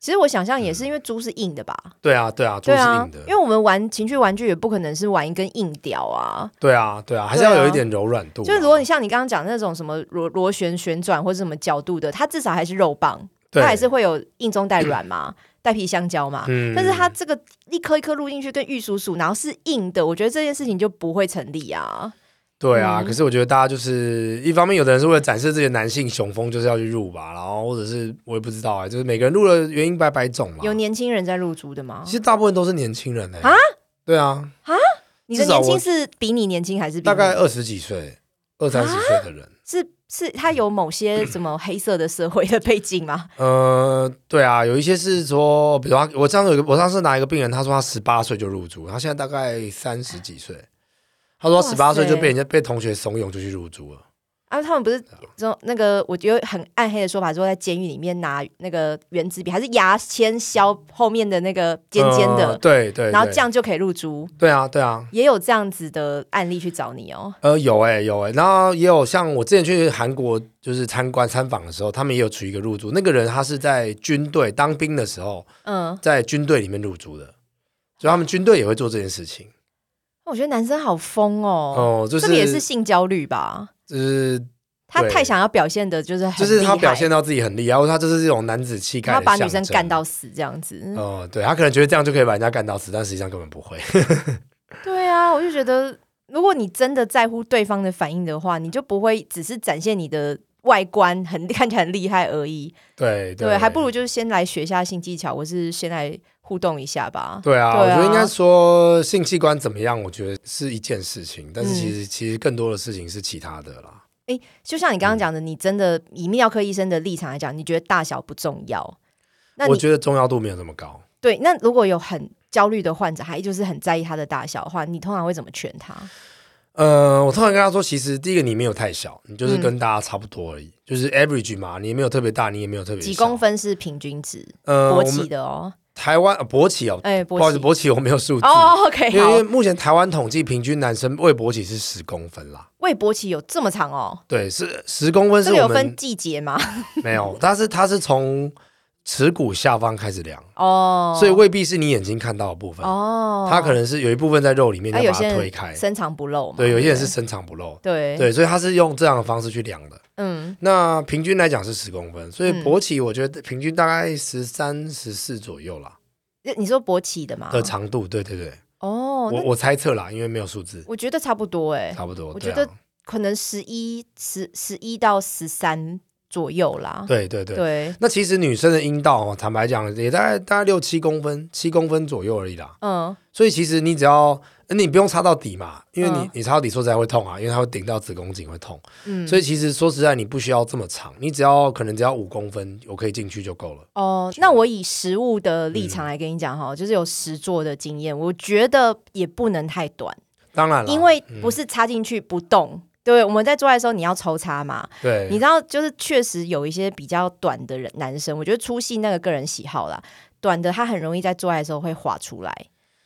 其实我想象也是，因为猪是硬的吧？对啊，对嗯啊，猪对是啊硬，因为的。我们玩情趣玩具也不可能是玩一根硬屌啊。对啊，对啊，还是要有一点柔软度啊。就是如果你像你刚刚讲的那种什么螺螺旋旋转或者什么角度的，它至少还是肉棒，它对还是会有硬中带软嘛，带皮香蕉嘛。嗯但是它这个一颗一颗录进去，跟玉鼠鼠，然后是硬的，我觉得这件事情就不会成立啊。对啊，嗯可是我觉得大家就是一方面，有的人是为了展示自己的男性雄风，就是要去入吧，然后或者是我也不知道啊、就是每个人入的原因百百种嘛有。年轻人在入猪的吗其？实大部分都是年轻人呢、啊对啊，你的至少年轻我是比你年轻还是比你大概二十几岁、二三十啊岁的人。是是他有某些什么黑色的社会的背景吗？呃，对啊，有一些是说，比如他，我上次有一个，我上次拿一个病人，他说他十八岁就入住，他现在大概三十几岁，他说哇十八岁塞就被人家被同学怂恿就去入住了，啊，他们不是说那啊个，我觉得很暗黑的说法，说在监狱里面拿那个圆珠笔，还是牙签削后面的那个尖尖呃的，对对，然后对这，样就可以入猪，对啊，对啊，也有这样子的案例去找你哦。呃，有哎、有哎、然后也有像我之前去韩国就是参观参访的时候，他们也有取一个入住，那个人他是在军队当兵的时候，嗯，在军队里面入住的，所以他们军队也会做这件事情，我觉得男生好疯哦，哦、就是这个也是性焦虑吧？就是他对太想要表现的就是很就是他厉害表现，到自己很厉害，或者他就是这种男子气概，然后把女生干。到死这样子。嗯哦、对他可能觉得这样就可以把人家干到死，但实际上根本不会。对啊，我就觉得如果你真的在乎对方的反应的话，你就不会只是展现你的外观很 看起来很厉害而已。 对对，还不如就是先来学一下性技巧，或是先来互动一下吧。对啊，对啊我觉得应该说性器官怎么样，我觉得是一件事情，但是嗯其实、其实更多的事情是其他的啦。就像你嗯刚刚讲的，你真的以泌尿科医生的立场来讲，你觉得大小不重要。那我你觉得重要度没有这么高。对，那如果有很焦虑的患者，还就是很在意他的大小的话，你通常会怎么劝他？呃，我通常跟他说，其实第一个你没有太小，你就是嗯跟大家差不多而已，就是 average 嘛，你也没有特别大，你也没有特别几小公。分是平均值？呃，勃我起们的哦，台湾呃勃起哦，哎，不好勃意思，起勃起我没有数字，哦因，OK，为因为好，目前台湾统计平均男生未勃起是十公分啦。未勃起有这么长哦？对，是十公分这是个我有分们季节吗？没有，但是它是从耻骨下方开始量，哦，所以未必是你眼睛看到的部分，哦，它可能是有一部分在肉里面，啊你有要把些它人推开。深藏不露嘛，对，有些人是深藏不露，对对，所以它是用这样的方式去量的。嗯那平均来讲是十公分，所以嗯勃起我觉得平均大概十三、十四左右啦你说勃起的嘛？的长度。对对对，啊哦，我那我猜测啦，因为没有数字，我觉得差不多哎，差不多。我对觉啊得可能十一十十一到十三左右啦。对对对。对，那其实女生的阴道哦，坦白讲也大概大概六七公分、七公分左右而已啦。嗯，所以其实你只要，呃你不用插到底嘛，因为你、嗯你插到底说实在会痛啊，因为它会顶到子宫颈会痛。嗯所以其实说实在，你不需要这么长，你只要可能只要五公分，我可以进去就够了。哦，那我以食物的立嗯场来跟你讲哈，就是有实做的经验，我觉得也不能太短，当然了，因为嗯不是插进去不动。对，我们在做爱的时候你要抽插嘛，对，你知道，就是确实有一些比较短的人男生，我觉得粗细那个个人喜好啦，短的他很容易在做爱的时候会滑出来，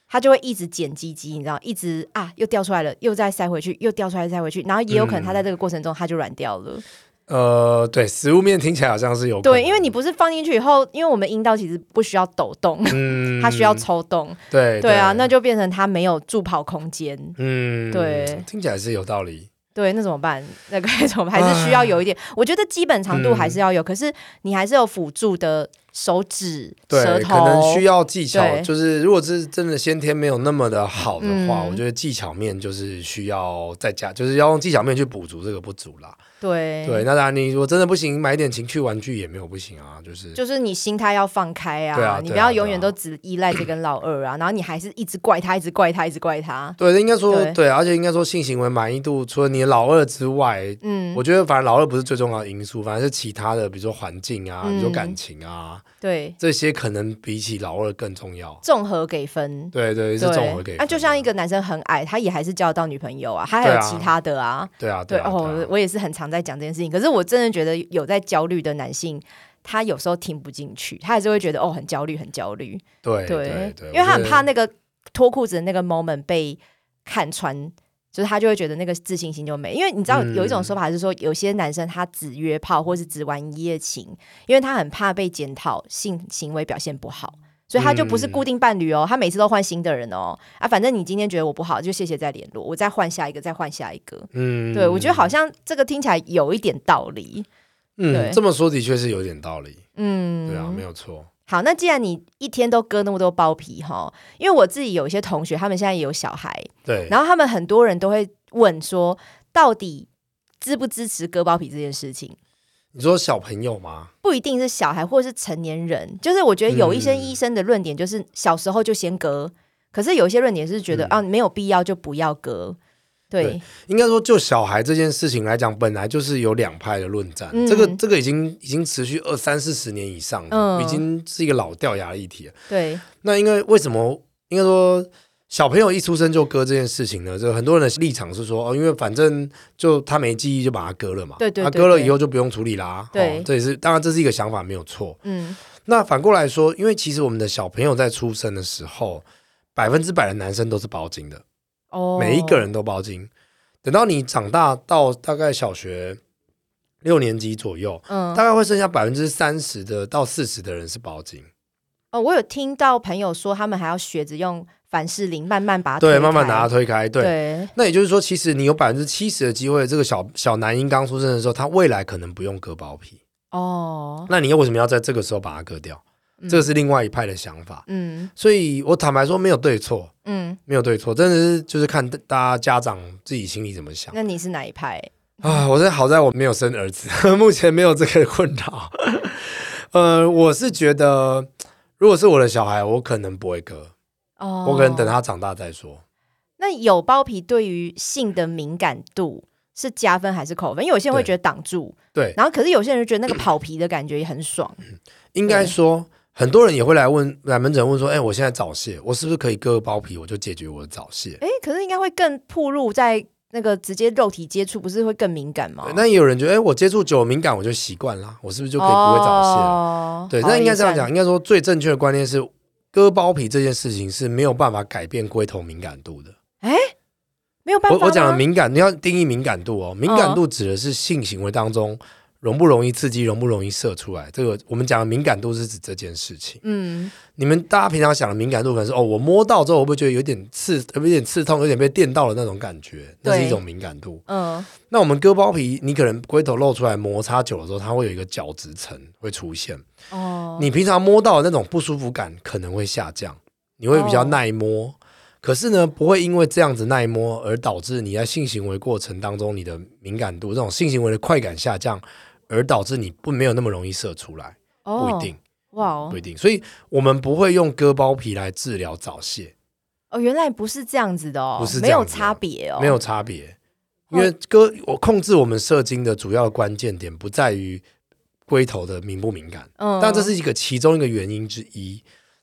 他就会一直剪鸡鸡，你知道，一直啊又掉出来了，又再塞回去，又掉出来塞回去，然后也有可能他在这个过程中他就软掉了。呃，对，食物面听起来好像是有可能对，因为你不是放进去以后，因为我们阴道其实不需要抖动，嗯它需要抽动，对对啊，那就变成它没有助跑空间。嗯对听起来是有道理。对，那怎么办？ 那该怎么办？还是需要有一点，我觉得基本长度还嗯是要有，可是你还是有辅助的手指、对舌，头，可能需要技巧，对就是如果是真的先天没有那么的好的话，嗯我觉得技巧面就是需要再加，就是要用技巧面去补足这个不足啦。对对，那当然，你如果真的不行，买点情趣玩具也没有不行啊，就是就是你心态要放开啊，对啊对啊你不要永远都只依赖这根老二啊，然后你还是一直怪他，一直怪他，一直怪他。对，应该说对对，而且应该说性行为满意度，除了你老二之外，嗯，我觉得反正老二不是最重要的因素，反而是其他的，比如说环境啊，嗯比如说感情啊，对，这些可能比起老二更重要。综合给分。对对，是对啊综合给分的。那、就像一个男生很矮，他也还是交得到女朋友啊，他还对有啊其他的啊。对啊，对对啊，对哦啊，我也是很常在讲这件事情。可是我真的觉得有在焦虑的男性，他有时候听不进去，他还是会觉得哦很焦虑，很焦虑。对对对对，因为他很怕我觉那得。个脱裤子的那个 moment 被看穿。就是他就会觉得那个自信心就没，因为你知道嗯有一种说法是说，有些男生他只约炮或是只玩一夜情，因为他很怕被检讨性行为表现不好，所以他就不是嗯固定伴侣哦，他每次都换新的人哦啊，反正你今天觉得我不好，就谢谢再联络，我再换下一个，再换下一个。嗯对，我觉得，好像这个听起来有一点道理。对嗯，这么说的确是有点道理，嗯，对啊，没有错，好，那既然你一天都割那么多包皮哈，因为我自己有一些同学，他们现在也有小孩，对，然后他们很多人都会问说，到底支不支持割包皮这件事情？你说小朋友吗？不一定是小孩或是成年人，就是我觉得有一些嗯医生的论点就是小时候就先割，可是有一些论点是觉得、啊没有必要就不要割。对嗯对，应该说，就小孩这件事情来讲，本来就是有两派的论战。嗯这个这个已经已经持续二三四十年以上了，嗯已经是一个老掉牙的议题了。对，那因为为什么？应该说，小朋友一出生就割这件事情呢，就很多人的立场是说，哦，因为反正就他没记忆就把它割了嘛，对对他对割了对以后就不用处理啦。对哦这也是当然这是一个想法没有错。嗯那反过来说，因为其实我们的小朋友在出生的时候，百分之百的男生都是包茎的。哦，每一个人都包茎。等到你长大到大概小学六年级左右，嗯大概会剩下百分之三十的到四十的人是包茎，哦，我有听到朋友说，他们还要学着用凡士林慢慢把它对，推慢慢开拿它推开，对。对那也就是说，其实你有百分之七十的机会，这个小小男婴刚出生的时候，他未来可能不用割包皮。哦，那你又为什么要在这个时候把它割掉？这个是另外一派的想法。嗯所以我坦白说，没有对错，嗯，没有对错，真的是就是看大家家长自己心里怎么想那你是哪一派？啊。我是好在我没有生儿子， 目前没有这个困扰。呃，我是觉得，如果是我的小孩，我可能不会割，哦我可能等。他长大再说。那有包皮对于性的敏感度是加分还是扣分？因为有些人会对觉得挡住，对，然后可是有些人就觉得那个跑皮的感觉也很爽。应该说，很多人也会来问来门诊问说：“哎、我现在早泄，我是不是可以割个包皮，我就解决我的早泄哎，可是应该会更暴露在那个直接肉体接触，不是会更敏感吗？对？”那也有人觉得：“哎、我接触久了敏感，我就习惯啦，我是不是就可以不会早泄了？”哦对，好那应该这样一讲，半应该说最正确的观念是，割包皮这件事情是没有办法改变龟头敏感度的。没有办法啊我吗。我讲的敏感，你要定义敏感度哦，敏感度指的是性行为当中容不容易刺激，容不容易射出来。这个我们讲的敏感度是指这件事情。嗯你们大家平常想的敏感度，可能是哦，我摸到之后，我会不会觉得有点刺，有点刺痛，有点被电到的那种感觉？那是对一种敏感度。嗯那我们割包皮，你可能龟头露出来摩擦久了之后，它会有一个角质层会出现。哦，你平常摸到的那种不舒服感可能会下降，你会比较耐摸。可是呢，不会因为这样子耐摸而导致你在性行为过程当中你的敏感度，这种性行为的快感下降，而导致你不没有那么容易射出来，不一定。哦哇哦不一定，所以我们不会用割包皮来治疗早泄，哦，原来不是这样子的哦，不是这没有样子的差别哦，哦没有差别。因为割我控制我们射精的主要关键点不在于龟头的敏不敏感，嗯但这是一个其中一个原因之一。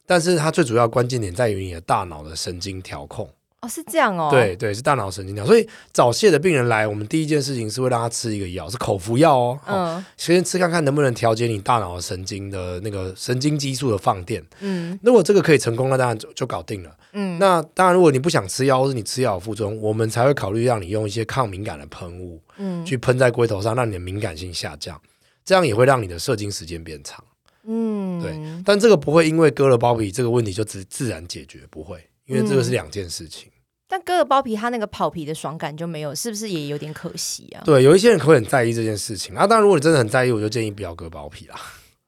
但是它最主要关键点在于你的大脑的神经调控，哦是这样哦，对对，是大脑神经调。所以早泄的病人来，我们第一件事情是会让他吃一个药，是口服药哦，哦嗯先吃看看能不能调节你大脑的神经的那个神经激素的放电。嗯如果这个可以成功，那当然就就搞定了。嗯，那当然，如果你不想吃药，或是你吃药有副作用，我们才会考虑让你用一些抗敏感的喷雾嗯去喷在龟头上，让你的敏感性下降，这样也会让你的射精时间变长。嗯对但这个不会因为割了包皮这个问题就自自然解决，不会，因为这个是嗯两件事情。但割了包皮，它那个跑皮的爽感就没有，是不是也有点可惜啊？对，有一些人可能会很在意这件事情啊。当然，如果你真的很在意，我就建议不要割包皮啦。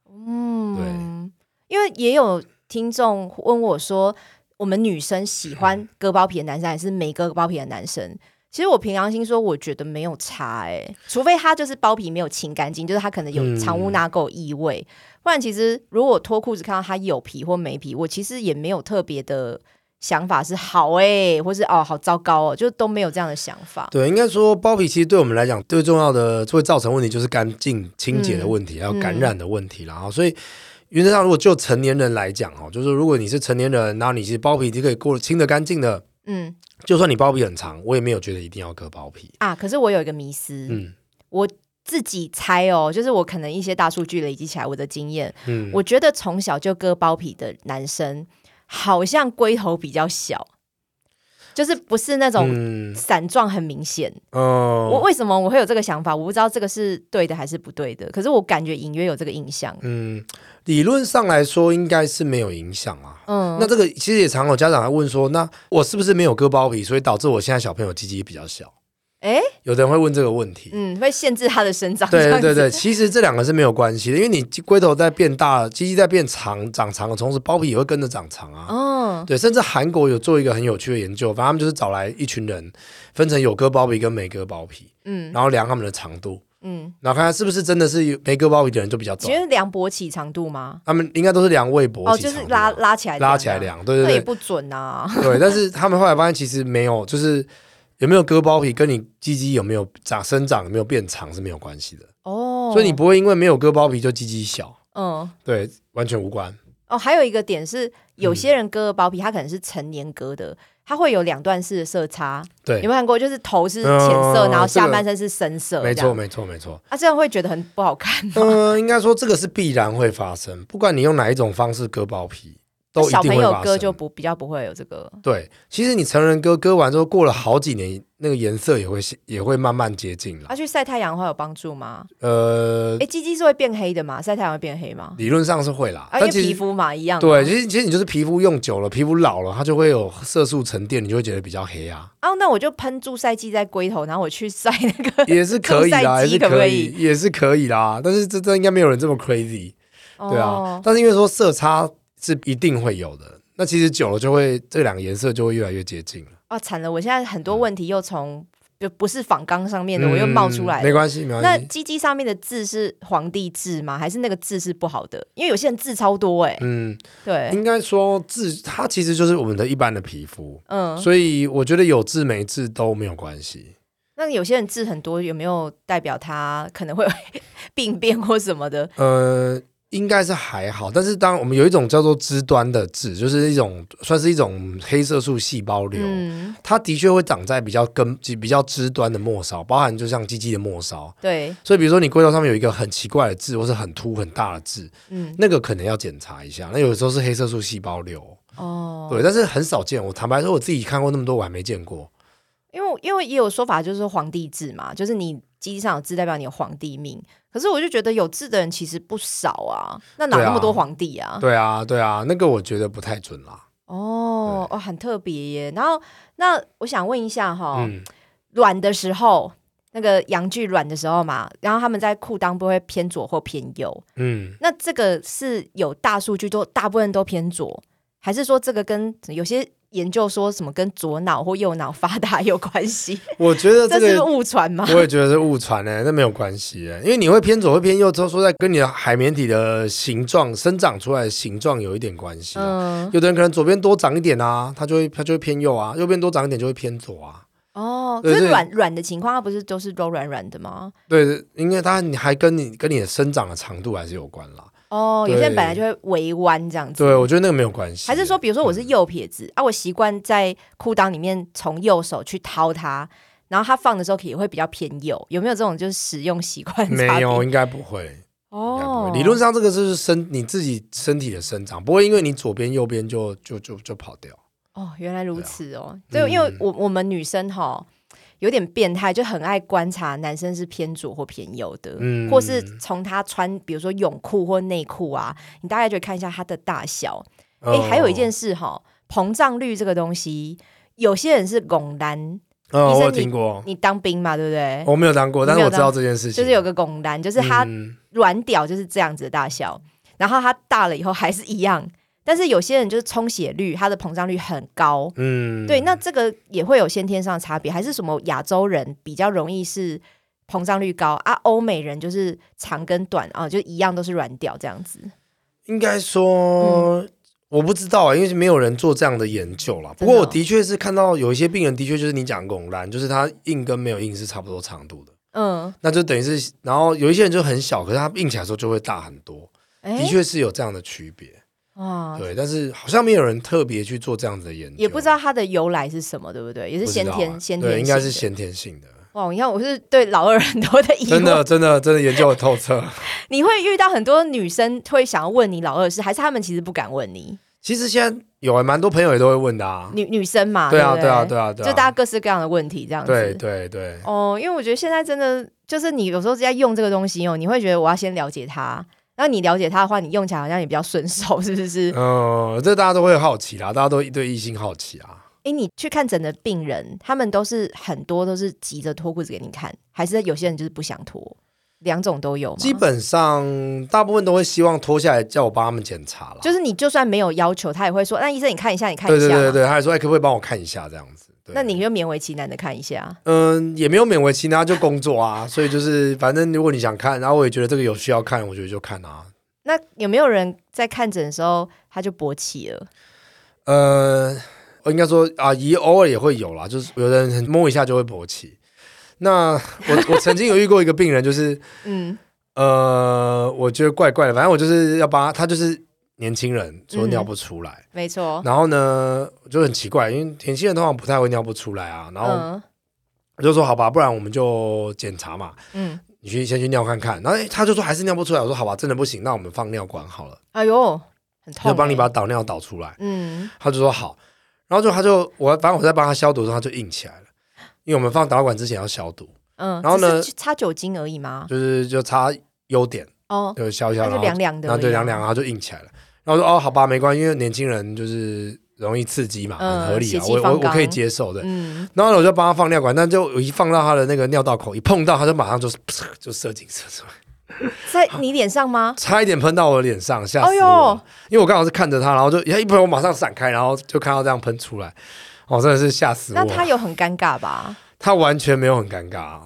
嗯，对，因为也有听众问我说，我们女生喜欢嗯割包皮的男生还是没割包皮的男生？其实我凭良心说，我觉得没有差哎、除非他就是包皮没有清干净，就是他可能有嗯藏污纳垢异味，不然其实如果我脱裤子看到他有皮或没皮，我其实也没有特别的想法是好哎、或是哦好糟糕哦，就都没有这样的想法。对，应该说包皮其实对我们来讲最重要的会造成问题就是干净清嗯洁的问题，还有感染的问题啦。然哦后所以。原则上，如果就成年人来讲哦，就是如果你是成年人，然后你其实包皮就可以过得清的干净的，嗯就算你包皮很长，我也没有觉得一定要割包皮。啊，可是我有一个迷思，嗯我自己猜哦，就是我可能一些大数据累积起来我的经验，嗯，我觉得从小就割包皮的男生，好像龟头比较小，就是不是那种嗯散状很明显。我哦，为什么我会有这个想法？我不知道这个是对的还是不对的，可是我感觉隐约有这个印象。嗯，理论上来说应该是没有影响啊。嗯，那这个其实也常有家长来问说，那我是不是没有割包皮，所以导致我现在小朋友鸡鸡比较小？哎，有的人会问这个问题。嗯，会限制他的生长。对 这对样子对对，其实这两个是没有关系的，因为你鸡龟头在变大，鸡鸡在变长，长长的同时，包皮也会跟着长长啊。嗯对，甚至韩国有做一个很有趣的研究，反正他们就是找来一群人，分成有割包皮跟没割包皮，嗯然后量他们的长度，嗯，然后看看是不是真的是有没割包皮的人就比较请短。问量勃起长度吗？他们应该都是量胃勃嗯哦，起就长度是啊、拉拉起来拉起来量啊，量，对这也对不准啊。对对。但是他们后来发现其实没有，就是有没有割包皮跟你鸡鸡有没有长生长有没有变长是没有关系的，哦，所以你不会因为没有割包皮就鸡鸡小。嗯。对，完全无关。哦，还有一个点是，嗯有些人割的包皮，他可能是成年割的，他会有两段式的色差。对有没，有看过？就是头是浅色，嗯然后下这个半身是深色，没这样错，。没错，没错。啊，这样会觉得很不好看吗？嗯、应该说这个是必然会发生，不管你用哪一种方式割包皮，都一小定朋会友发割就生。不比较不会有这个。对，其实你成人割割完之后，过了好几年，那个颜色也会也会慢慢接近了啊，。去晒太阳的话有帮助吗？呃哎、，鸡鸡是会变黑的嘛？晒太阳会变黑吗？理论上是会啦，啊，因但为其皮实肤嘛一样嘛。对，其实其实你就是皮肤用久了，皮肤老了，它就会有色素沉淀，你就会觉得比较黑啊，啊，那我就喷助晒剂在龟头，然后我去晒那个。也是可以啦，种晒 也机是可不可以，也是可以啦。但是这这应该没有人这么 crazy。对啊。哦但是因为说色差是一定会有的，那其实久了就会这两个颜色就会越来越接近了。啊，惨了！我现在很多问题又从就不是仿纲上面的，我又冒出来嗯嗯没了。关系，没那关系。鸡鸡上面的字是皇帝字吗？还是那个字是不好的？因为有些人字超多哎、嗯，对，应该说痣，它其实就是我们的一般的皮肤，嗯，所以我觉得有痣没痣都没有关系。那有些人字很多，有没有代表他可能会 病变或什么的？呃，应该是还好，但是当然我们有一种叫做肢端的痣，就是一种算是一种黑色素细胞瘤，嗯，它的确会长在比较根比较肢端的末梢，包含就像鸡鸡的末梢。对，所以，比如说你龟头上面有一个很奇怪的痣，或是很凸很大的痣，嗯，那个可能要检查一下。那有时候是黑色素细胞瘤，哦，对，但是很少见。我坦白说，我自己看过那么多，我还没见过。因为因为也有说法就是说皇帝字嘛，就是你鸡鸡上有字代表你有皇帝命。可是我就觉得有字的人其实不少啊，那哪对啊那么多皇帝啊？对啊，对啊，那个我觉得不太准啦。哦哦，很特别耶。然后那我想问一下哈、嗯，卵的时候，那个阳具卵的时候嘛，然后他们在裤裆不会偏左或偏右？嗯，那这个是有大数据，都大部分都偏左，还是说这个跟有些研究说什么跟左脑或右脑发达有关 系？我觉得这这是个误传 吗？我也觉得是误传呢，那没有关系欸，因为你会偏左会偏右，之后说在跟你的海绵体的形状生长出来的形状有一点关系、啊。嗯，有的人可能左边多长一点啊，他就会他就会偏右啊；右边多长一点就会偏左啊。哦，对可是对软软的情况，它不是都是都软软的吗？对，因为它你还跟你跟你的生长的长度还是有关啦。哦，有些人对本来就会围弯这样子。对，我觉得那个没有关系。还是说，比如说我嗯是右撇子、啊，我习惯在裤裆里面从右手去掏它，然后它放的时候可以会比较偏右，有没有这种就是使用习惯差没别有，应该不会。应该不会哦，理论上这个就是身你自己身体的生长，不会因为你左边右边就就就就跑掉。哦，原来如对啊此哦，就因为嗯我我们女生哈有点变态，就很爱观察男生是偏左或偏右的，嗯或是从他穿比如说泳裤或内裤啊，你大概就会看一下它的大小。哦哎、还有一件事哈，膨胀率这个东西，有些人是拱男，哦，哦医生我有你听过，你当兵嘛，对不对？我没有当过，但你没是我有知当道这件事情，就是有个拱男，就是它嗯软屌就是这样子的大小，然后它大了以后还是一样，但是有些人就是充血率，它的膨胀率很高。嗯对，那这个也会有先天上的差别，还是什么亚洲人比较容易是膨胀率高啊？欧美人就是长跟短啊，就一样都是软屌这样子。应该说、嗯我不知道啊、因为没有人做这样的研究啦。真的哦不过我的确是看到有一些病人，的确就是你讲拱栏，就是他硬跟没有硬是差不多长度的，嗯，那就等于是，然后有一些人就很小，可是他硬起来的时候就会大很多，嗯的哎，确是有这样的区别。哇，对，但是好像没有人特别去做这样子的研究，哦也不知道它的由来是什么，对不对？也是不知先道啊天先天对，应该性是的先 天性的。哇！你看，我是对老二很多的疑真问。的，真的，真的研究的透彻。 你会遇到很多女生会想要问你老二是，还是他们其实不敢问你？其实现在有还蛮多朋友也都会问的啊。女女生嘛，对啊，不对啊，对啊，对啊，就大家各式各样的问题这样子。对对对，哦，因为我觉得现在真的就是你有时候在用这个东西哦，你会觉得我要先了解它，然后你了解它的话，你用起来好像也比较顺手，是不 是？嗯，这大家都会好奇啦，大家都对异性好奇啊。诶，你去看诊的病人，他们都是很多都是急着脱裤子给你看，还是有些人就是不想脱，两种都有吗？基本上大部分都会希望脱下来叫我帮他们检查啦。就是你就算没有要求，他也会说，那医生你看一下，你看一对下对嘛，对对，他还说哎，可不可以帮我看一下这样子？对那你就勉为其难的看一下。嗯也没有勉为其难，就工作啊，所以就是反正如果你想看，然后我也觉得这个有需要看，我觉得就看啊。那有没有人在看诊的时候他就勃起了？呃，我应该说啊，也偶尔也会有啦，就是有的人摸一下就会勃起。那我我曾经有遇过一个病人，就是 嗯，呃，我觉得怪怪的，反正我就是要把他，他就是年轻人，所以嗯尿不出来。没错。然后呢，就很奇怪，因为年轻人通常不太会尿不出来啊。然后嗯我就说好吧，不然我们就检查嘛，嗯，你去先去尿看看。然后诶他就说还是尿不出来，我说好吧，真的不行，那我们放尿管好了，哎呦，很痛、就帮你欸把导尿导出来。嗯，他就说好，然后就他就我反正我在帮他消毒的时候，他就硬起来了，因为我们放导管之前要消毒，嗯，然后呢只是擦酒精而已吗？就是就擦优点，哦，就消一消，那然就后凉凉的而已然啊，后对凉凉，然后就硬起来了。然后说哦，好吧，没关系，因为年轻人就是容易刺激嘛，嗯很合理血啊，气我我方我刚可以接受的。嗯，然后我就 帮他放尿管，但就一放到他的那个尿道口，一碰到他就马上就是就射精射出来，在你脸上 吗？差一点喷到我脸上，吓哎死呦我！因为我刚好是看着他，然后就哎一喷，我马上闪开，然后就看到这样喷出来，哦，真的是吓死我！那他有很尴尬吧？他完全没有很尴尬啊。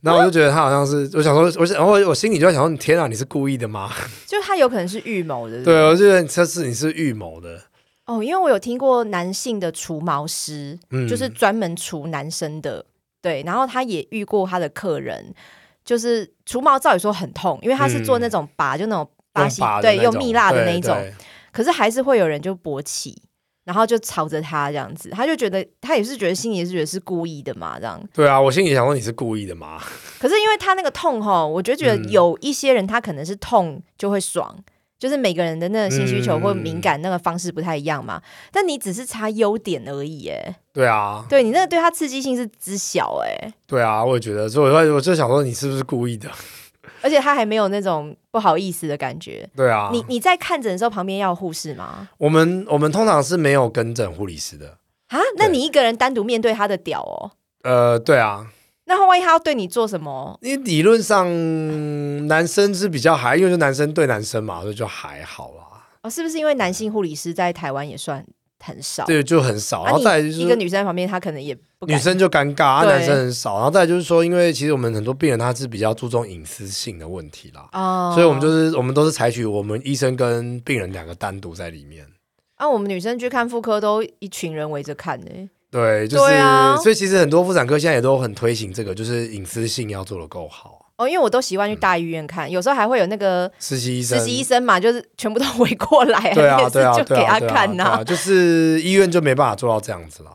然后我就觉得他好像是，我想说，我想，然后我心里就在想说，天啊，你是故意的吗？就他有可能是预谋的，对，啊我就觉得这是你是预谋的，哦，因为我有听过男性的除毛师，嗯就是专门除男生的，对，然后他也遇过他的客人，就是除毛照理说很痛，因为他是做那种拔，就那种巴西嗯用拔的对，那种用蜜蜡的那一种，对对可是还是会有人就勃起，然后就朝着他这样子，他就觉得他也是觉得心里也是觉得是故意的嘛，这样。对啊，我心里想说你是故意的吗？可是因为他那个痛吼，我就觉得嗯有一些人他可能是痛就会爽，就是每个人的那个性需求嗯或敏感那个方式不太一样嘛。但你只是差优点而已，哎，对啊，对你那个对他刺激性是知晓，哎，对啊，我也觉得，所以我就我就想说你是不是故意的？而且他还没有那种不好意思的感觉。对啊，你你在看诊的时候旁边要有护士吗？我们我们通常是没有跟诊护理师的，啊，那对你一个人单独面对他的屌哦，呃，对啊，那万一他要对你做什么？因为理论上男生是比较还，因为是男生对男生嘛，所以就还好啦。哦，是不是因为男性护理师在台湾也算很少？对，就很少。然啊，后你再来就是一个女生在旁边，她可能也不敢女生就尴尬，啊、对男生很少。然后再来就是说，因为其实我们很多病人他是比较注重隐私性的问题啦，哦，所以我们就是我们都是采取我们医生跟病人两个单独在里面。啊，我们女生去看妇科都一群人围着看的、对，就是、对啊所以其实很多妇产科现在也都很推行这个，就是隐私性要做的够好。哦，因为我都习惯去大医院看，有时候还会有那个实习嗯医生，实习医生嘛，就是全部都 围过来，对啊，也是对啊，就对给啊，他对啊看对啊就是医院就没办法做到这样子啦。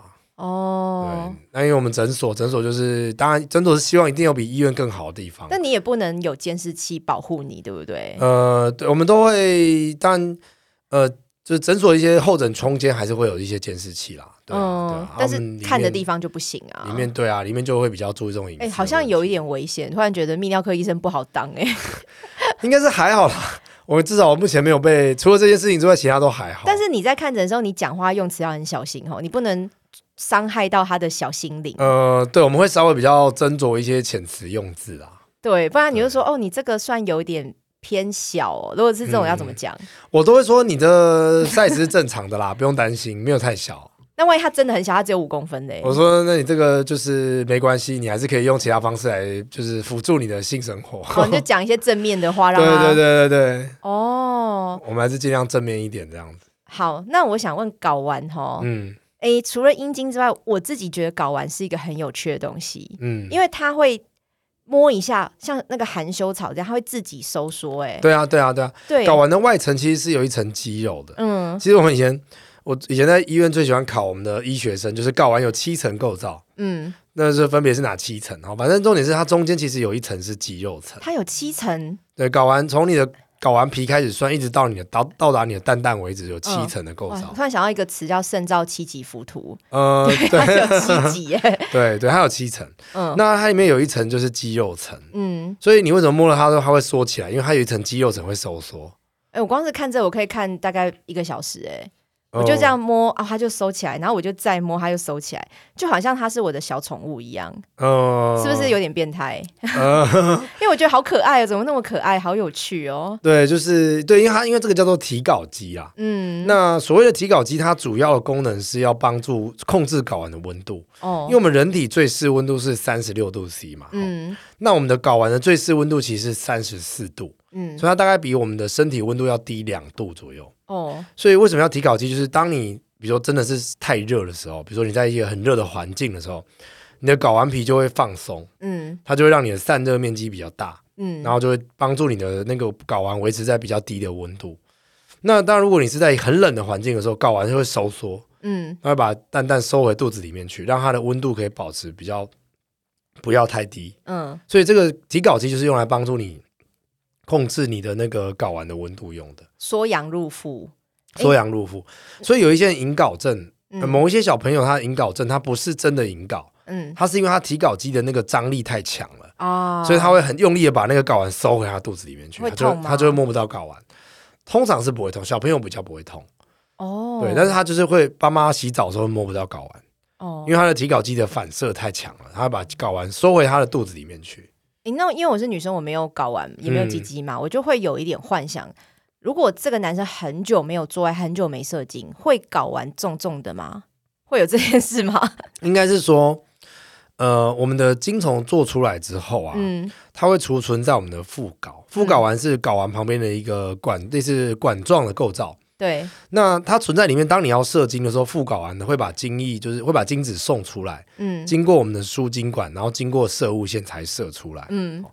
哦对，，那因为我们诊所，诊所就是当然，诊所是希望一定有比医院更好的地方。但你也不能有监视器保护你，对不对？呃，对，我们都会，当然，呃，就是诊所一些候诊空间还是会有一些监视器啦。对啊，对啊哦嗯但啊我是们里面看的地方就不行啊。里面对啊，里面就会比较注重隐私的哎、问题。好像有一点危险，突然觉得泌尿科医生不好当哎、应该是还好啦。 我至少我目前没有被除了这件事情之外，其他都还好。但是你在看诊的时候，你讲话用词要很小心哦，你不能伤害到他的小心灵。呃，对，我们会稍微比较斟酌一些遣词用字啦。对，不然你就说哦，你这个算有点偏小、哦。如果是这种要怎么讲？我都会说你的 size 是正常的啦，不用担心，没有太小。那万一他真的很小，他只有五公分嘞？我说，那你这个就是没关系，你还是可以用其他方式来，就是辅助你的性生活。哦，你 就啊讲一些正面的话，对让他对对对对，哦。我们还是尽量正面一点这样子。好，那我想问睾丸哈，嗯诶，除了阴茎之外，我自己觉得睾丸是一个很有趣的东西，嗯，因为它会摸一下，像那个含羞草这样，它会自己收缩、诶，对啊对啊对啊，对，睾丸的外层其实是有一层肌肉的。嗯其实我们以前，我以前在医院最喜欢考我们的医学生，就是睾丸有七层构造，嗯，那是分别是哪七层？哦好，反正重点是它中间其实有一层是肌肉层。它有七层，对，睾丸从你的睾丸皮开始算，一直到你的到到达你的蛋蛋为止，有七嗯层的构哇，造我。突然想到一个词叫圣照七级浮屠， 呃，它对有七级耶、对对，它有七层。嗯那它里面有一层就是肌肉层，嗯。所以你为什么摸了它之后它会缩起来？因为它有一层肌肉层会收缩。哎、我光是看这，我可以看大概一个小时、哎，哦我就这样摸啊，它就收起来，然后我就再摸，它就收起来，就好像它是我的小宠物一样，哦，呃是不是有点变 态？呃， 因为我觉得好可爱哦，怎么那么可爱，好有趣哦。对，就是对，因为它因为这个叫做提睾肌啊。嗯，那所谓的提睾肌，它主要的功能是要帮助控制睾丸的温度，因为哦，我们人体最适温度是三十六度 C 嘛，嗯，嗯那我们的睾丸的最适温度其实是三十四度，嗯，所以它大概比我们的身体温度要低两度左右。哦，所以为什么要提睾肌？就是当你比如说真的是太热的时候，比如说你在一个很热的环境的时候，你的睾丸皮就会放松，嗯它就会让你的散热面积比较大，嗯然后就会帮助你的那个睾丸维持在比较低的温度。那当然，如果你是在很冷的环境的时候，睾丸就会收缩，嗯，它会把蛋蛋收回肚子里面去，让它的温度可以保持比较不要太低。嗯，所以这个提睾肌就是用来帮助你控制你的那个睾丸的温度用的。缩阳入腹，诶缩阳入腹，所以有一些人引睾症，呃哎嗯某一些小朋友他的引睾症，他不是真的引睾，嗯他是因为他提睾肌的那个张力太强了，啊，所以他会很用力的把那个睾丸收回他肚子里面去，会他就痛吗他就会摸不到睾丸。通常是不会痛，小朋友比较不会痛，哦，对，但是他就是会帮妈妈洗澡的时候摸不到睾丸，哦因为，他的提睾肌的反射太强了，他会把睾丸收回他的肚子里面去。诶那因为我是女生，我没有搞完，也没有嗯鸡鸡嘛，我就会有一点幻想，如果这个男生很久没有做爱，很久没射精，会搞完重重的吗？会有这件事吗？应该是说，呃，我们的精虫做出来之后啊，嗯，它会储存在我们的副睾，副睾丸是睾丸旁边的一个管，类似管状的构造。对，那它存在里面，当你要射精的时候，副睾丸会把精液，就是会把精子送出来，嗯经过我们的输精管，然后经过射物线才射出来。嗯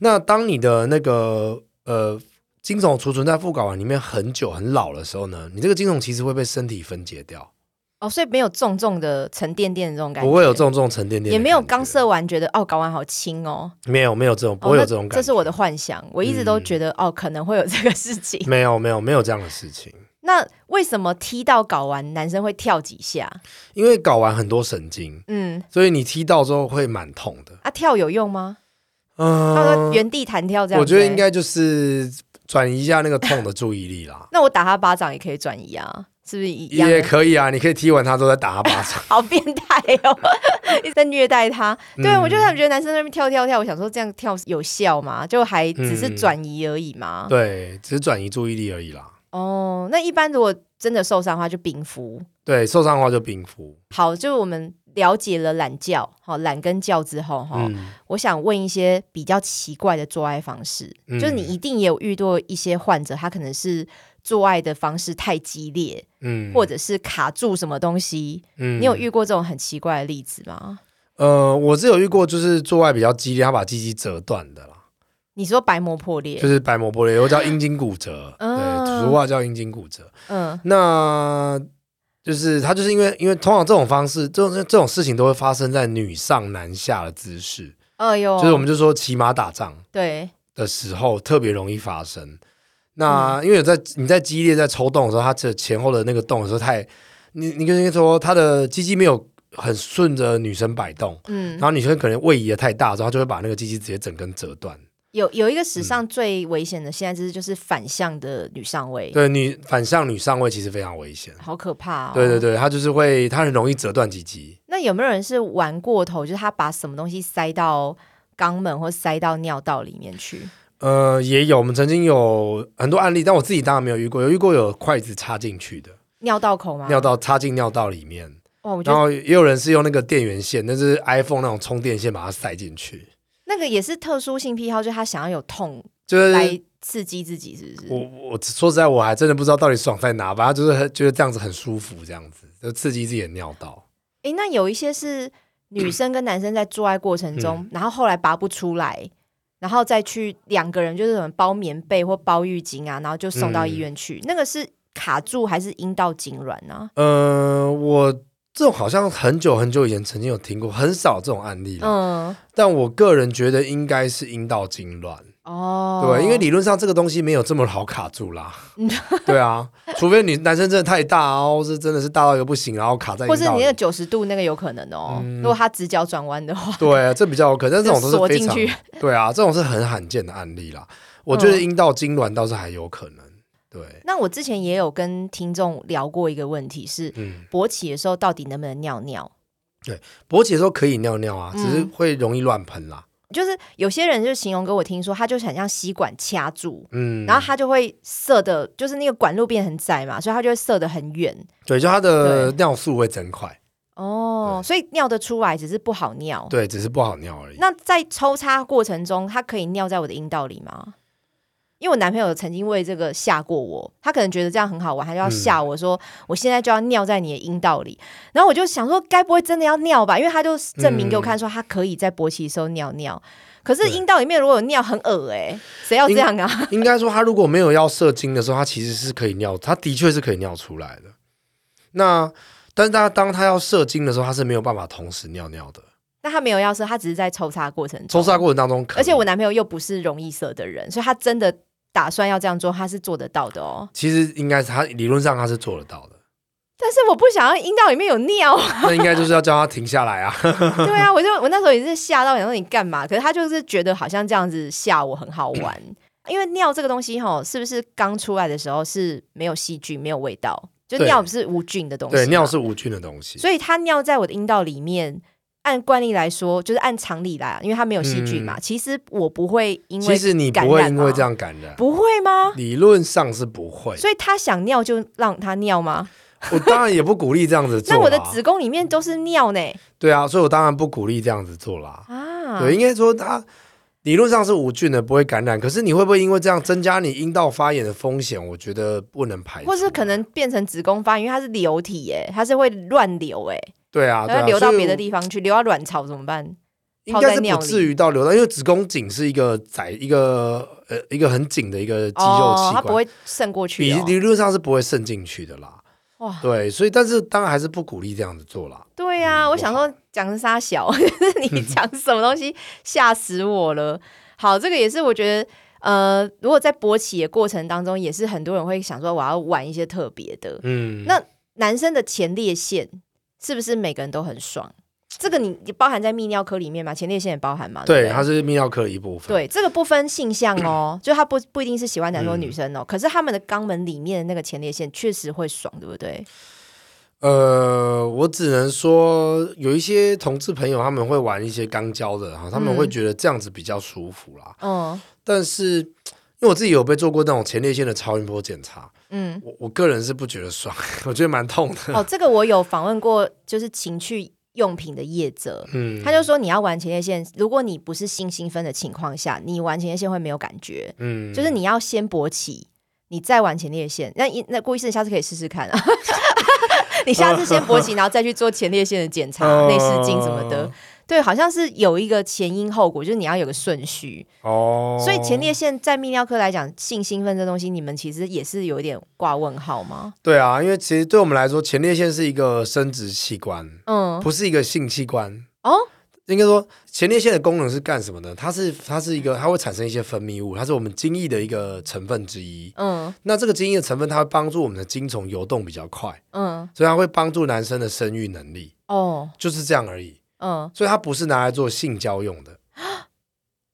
那当你的那个呃精虫储存在副睾丸里面很久很老的时候呢，你这个精虫其实会被身体分解掉，哦，所以没有重重的沉甸甸的这种感觉，不会有这种这种沉甸甸的感觉，也没有刚射完觉得哦，睾丸好轻哦，没有没有这种不哦会有那这种感觉，这是我的幻想，我一直都嗯觉得、哦，可能会有这个事情。没有没有没有这样的事情，那为什么踢到睾丸男生会跳几下？因为睾丸很多神经，嗯，所以你踢到之后会蛮痛的。啊，跳有用吗？嗯、他说哦原地弹跳这样，，我觉得应。该就是转移一下那个痛的注意力啦那我打他巴掌也可以转移啊，是不是 一样？也可以啊。你可以踢完他之后再打他巴 ，掌好变态 哦，一直在虐待他。对，嗯我就想觉得男生在那边跳跳跳，我想说这样跳有效吗？就还只是嗯转移而已嘛。对，只是转移注意力而已啦。哦，那一般如果真的受伤的话，就冰敷。对，受伤的话就冰敷。好，就我们了解了懒觉，好懒跟觉之后，哈、嗯，我想问一些比较奇怪的做爱方式，嗯就是你一定也有遇到一些患者，他可能是做爱的方式太激烈，嗯或者是卡住什么东西，嗯你有遇过这种很奇怪的例子吗？呃，我是有遇过，就是做爱比较激烈，他把鸡鸡折断的啦，你说白膜破裂，就是白膜破裂，又叫阴茎骨折，啊对，俗话叫阴茎骨折。嗯那就是他就是因为因为通常这种方式，这种这种事情都会发生在女上男下的姿势，哎呦，就是我们就说骑马打仗对，的时候特别容易发生。那、嗯因为有在你在激烈在抽动的时候，它这前后的那个动的时候太，你你跟人说他的鸡鸡没有很顺着女生摆动，嗯然，后女生可能位移的太大之后，她就会把那个鸡鸡直接整根折断。有有一个嗯史上最危险的，现在就是就是反向的女上位，对，女反向女上位其实非常危险。好可怕、哦，对对。对，她就是会，她很容易折断鸡鸡。那有没有人是玩过头，就是他把什么东西塞到肛门或塞到尿道里面去？呃，也有，我们曾经有很多案例，但我自己当然没有遇过，有遇过有筷子插进去的，尿道口吗？尿道插进尿道里面，哇，我觉然得后也有人是用那个电源线，那是 iPhone 那种充电线把它塞进去，那个也是特殊性癖好，就是他想要有痛就是来刺激自己，是不是？我我说实在，我还真的不知道到底爽在哪，反正就是很觉得这样子很舒服，这样子就刺激自己的尿道。诶，那有一些是女生跟男生在做爱过程嗯中，然后后来拔不出来，然后再去两个人就是什么包棉被或包浴巾啊，然后就送到嗯医院去，那个是卡住还是阴道痉挛啊？呃，我这种好像很久很久以前曾经有听过，很少这种案例了。嗯，但我个人觉得应该是阴道痉挛。哦，嗯对，因为理论上这个东西没有这么好卡住啦。对啊，除非你男生真的太大哦，是真的是大到一个不行，然后卡在阴或是道你里那个九十度那个有可能哦，如嗯果他直角转弯的 话，对，啊这比较有可能，但这种都锁是非进常去， 对啊，这种是很罕见的案例啦。我觉得嗯阴道痉挛倒是还有可能，对，那我之前也有跟听众聊过一个问题是，嗯，勃起的时候到底能不能尿尿？勃起的时候可以尿尿啊，只是嗯会容易乱喷啦。就是有些人就形容给我听说，他就很像吸管掐住，嗯，然后他就会射的，就是那个管路变很窄嘛，所以他就会射的很远。对，就它的对尿素会增快，哦，所以尿得出来，只是不好尿。对，只是不好尿而已。那在抽插过程中，他可以尿在我的阴道里吗？因为我男朋友曾经为这个吓过我，他可能觉得这样很好玩，他就要吓嗯我说、我现在就要尿在你的阴道里。然后我就想说，该不会真的要尿吧？因为他就证明给我看说他可以在勃起的时候尿尿。可是对阴道里面如果有尿很恶哎、谁要这样啊？应该说，他如果没有要射精的时候，他其实是可以尿，他的确是可以尿出来的。那但是他当他要射精的时候，他是没有办法同时尿尿的。 那他没有要射，他只是在抽插过程中抽。插过程当中可以，而且我男朋友又不是容易射的人，所以他真的打算要这样做，他是做得到的哦。其实应该是他理论上他是做得到的，但是我不想要阴道里面有尿啊 那应该就是要叫他停下来啊。对啊，我就我那时候也是吓到，想说你干嘛？可是他就是觉得好像这样子吓我很好玩，因为尿这个东西哈，是不是刚出来的时候是没有细菌、没有味道，就对尿是无菌的东西嘛，对，尿是无菌的东西，所以他尿在我的阴道里面，按惯例来说，就是按常理来啊，因为它没有细菌嘛。其实我不会因为嗯其实你感不会染啊因吗为这样感染，不会吗？理论上是不会。所以他想尿就让他尿吗？我当然也不鼓励这样子做、 那啊啦。我的子宫里面都是尿呢对啊，所以我当然不鼓励这样子做啦。啊！对，应该说它理论上是无菌的，不会感染。可是你会不会因为这样增加你阴道发炎的风险？我觉得不能排除。或是可能变成子宫发炎，因为它是流体耶、它是会乱流哎、对啊，对然啊后流到所以别的地方去，流到卵巢怎么办？应该是泡在尿不里至于到流到，因为子宫颈是一个窄一个呃一个很紧的一个肌肉哦，器它官，不会渗过去、理哦。理论上是不会渗进去的啦。哇，对，所以但是当然还是不鼓励这样子做啦。对呀、嗯我想说讲的沙小， 就是你讲什么东西吓死我了。好，这个也是我觉得，呃，如果在勃起的过程当中，也是很多人会想说我要玩一些特别的。嗯，那男生的前列腺是不是每个人都很爽？这个你你包含在泌尿科里面吗？前列腺也包含吗？对，不它是泌尿科的一部分。对这个不分性向哦，就他不不一定是喜欢男生或嗯女生哦，可是他们的肛门里面的那个前列腺确实会爽，对不对？呃，我只能说有一些同志朋友他们会玩一些肛交的哈，他们嗯会觉得这样子比较舒服啦。嗯但是因为我自己有被做过那种前列腺的超音波检查，嗯，我我个人是不觉得爽， 我觉得蛮痛的。哦，这个我有访问过，就是情趣用品的业者，嗯，他就说你要玩前列腺，如果你不是性兴奋的情况下，你玩前列腺会没有感觉，嗯就是你要先勃起，你再玩前列腺。那一那顾医生，你下次可以试试看啊。 你下次先勃 起，然后再去做前列腺的检查、哦内视镜什么的。对，好像是有一个前因后果，就是你要有个顺序。哦，所以前列腺在泌尿科来讲，性兴奋这东西，你们其实也是有一点挂问号吗？对啊，因为其实对我们来说，前列腺是一个生殖器官，嗯，不是一个性器官。哦，应该说，前列腺的功能是干什么呢？它是它是一个，它会产生一些分泌物，它是我们精液的一个成分之一。嗯那这个精液的成分，它会帮助我们的精虫游动比较快，嗯，所以它会帮助男生的生育能力，哦，就是这样而已。嗯，所以它不是拿来做性交用的。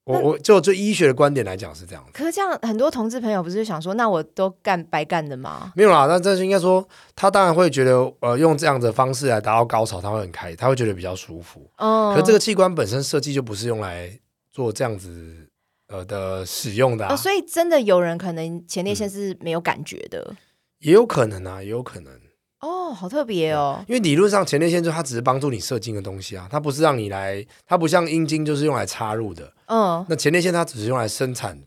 我我就就医学的观点来讲是这样子，可是这样很多同志朋友不是就想说，那我都干白干的吗？没有啦。那这是应该说，他当然会觉得，呃，用这样的方式来达到高潮，他会很开，他会觉得比较舒服。嗯，可这个器官本身设计就不是用来做这样子呃的使用的、啊哦，，所以真的有人可能前列腺嗯是没有感觉的。也有可能啊，也有可能，哦，好特别哦。因为理论上前列腺就它只是帮助你射精的东西啊，它不是让你来，它不像阴茎就是用来插入的，嗯，那前列腺它只是用来生产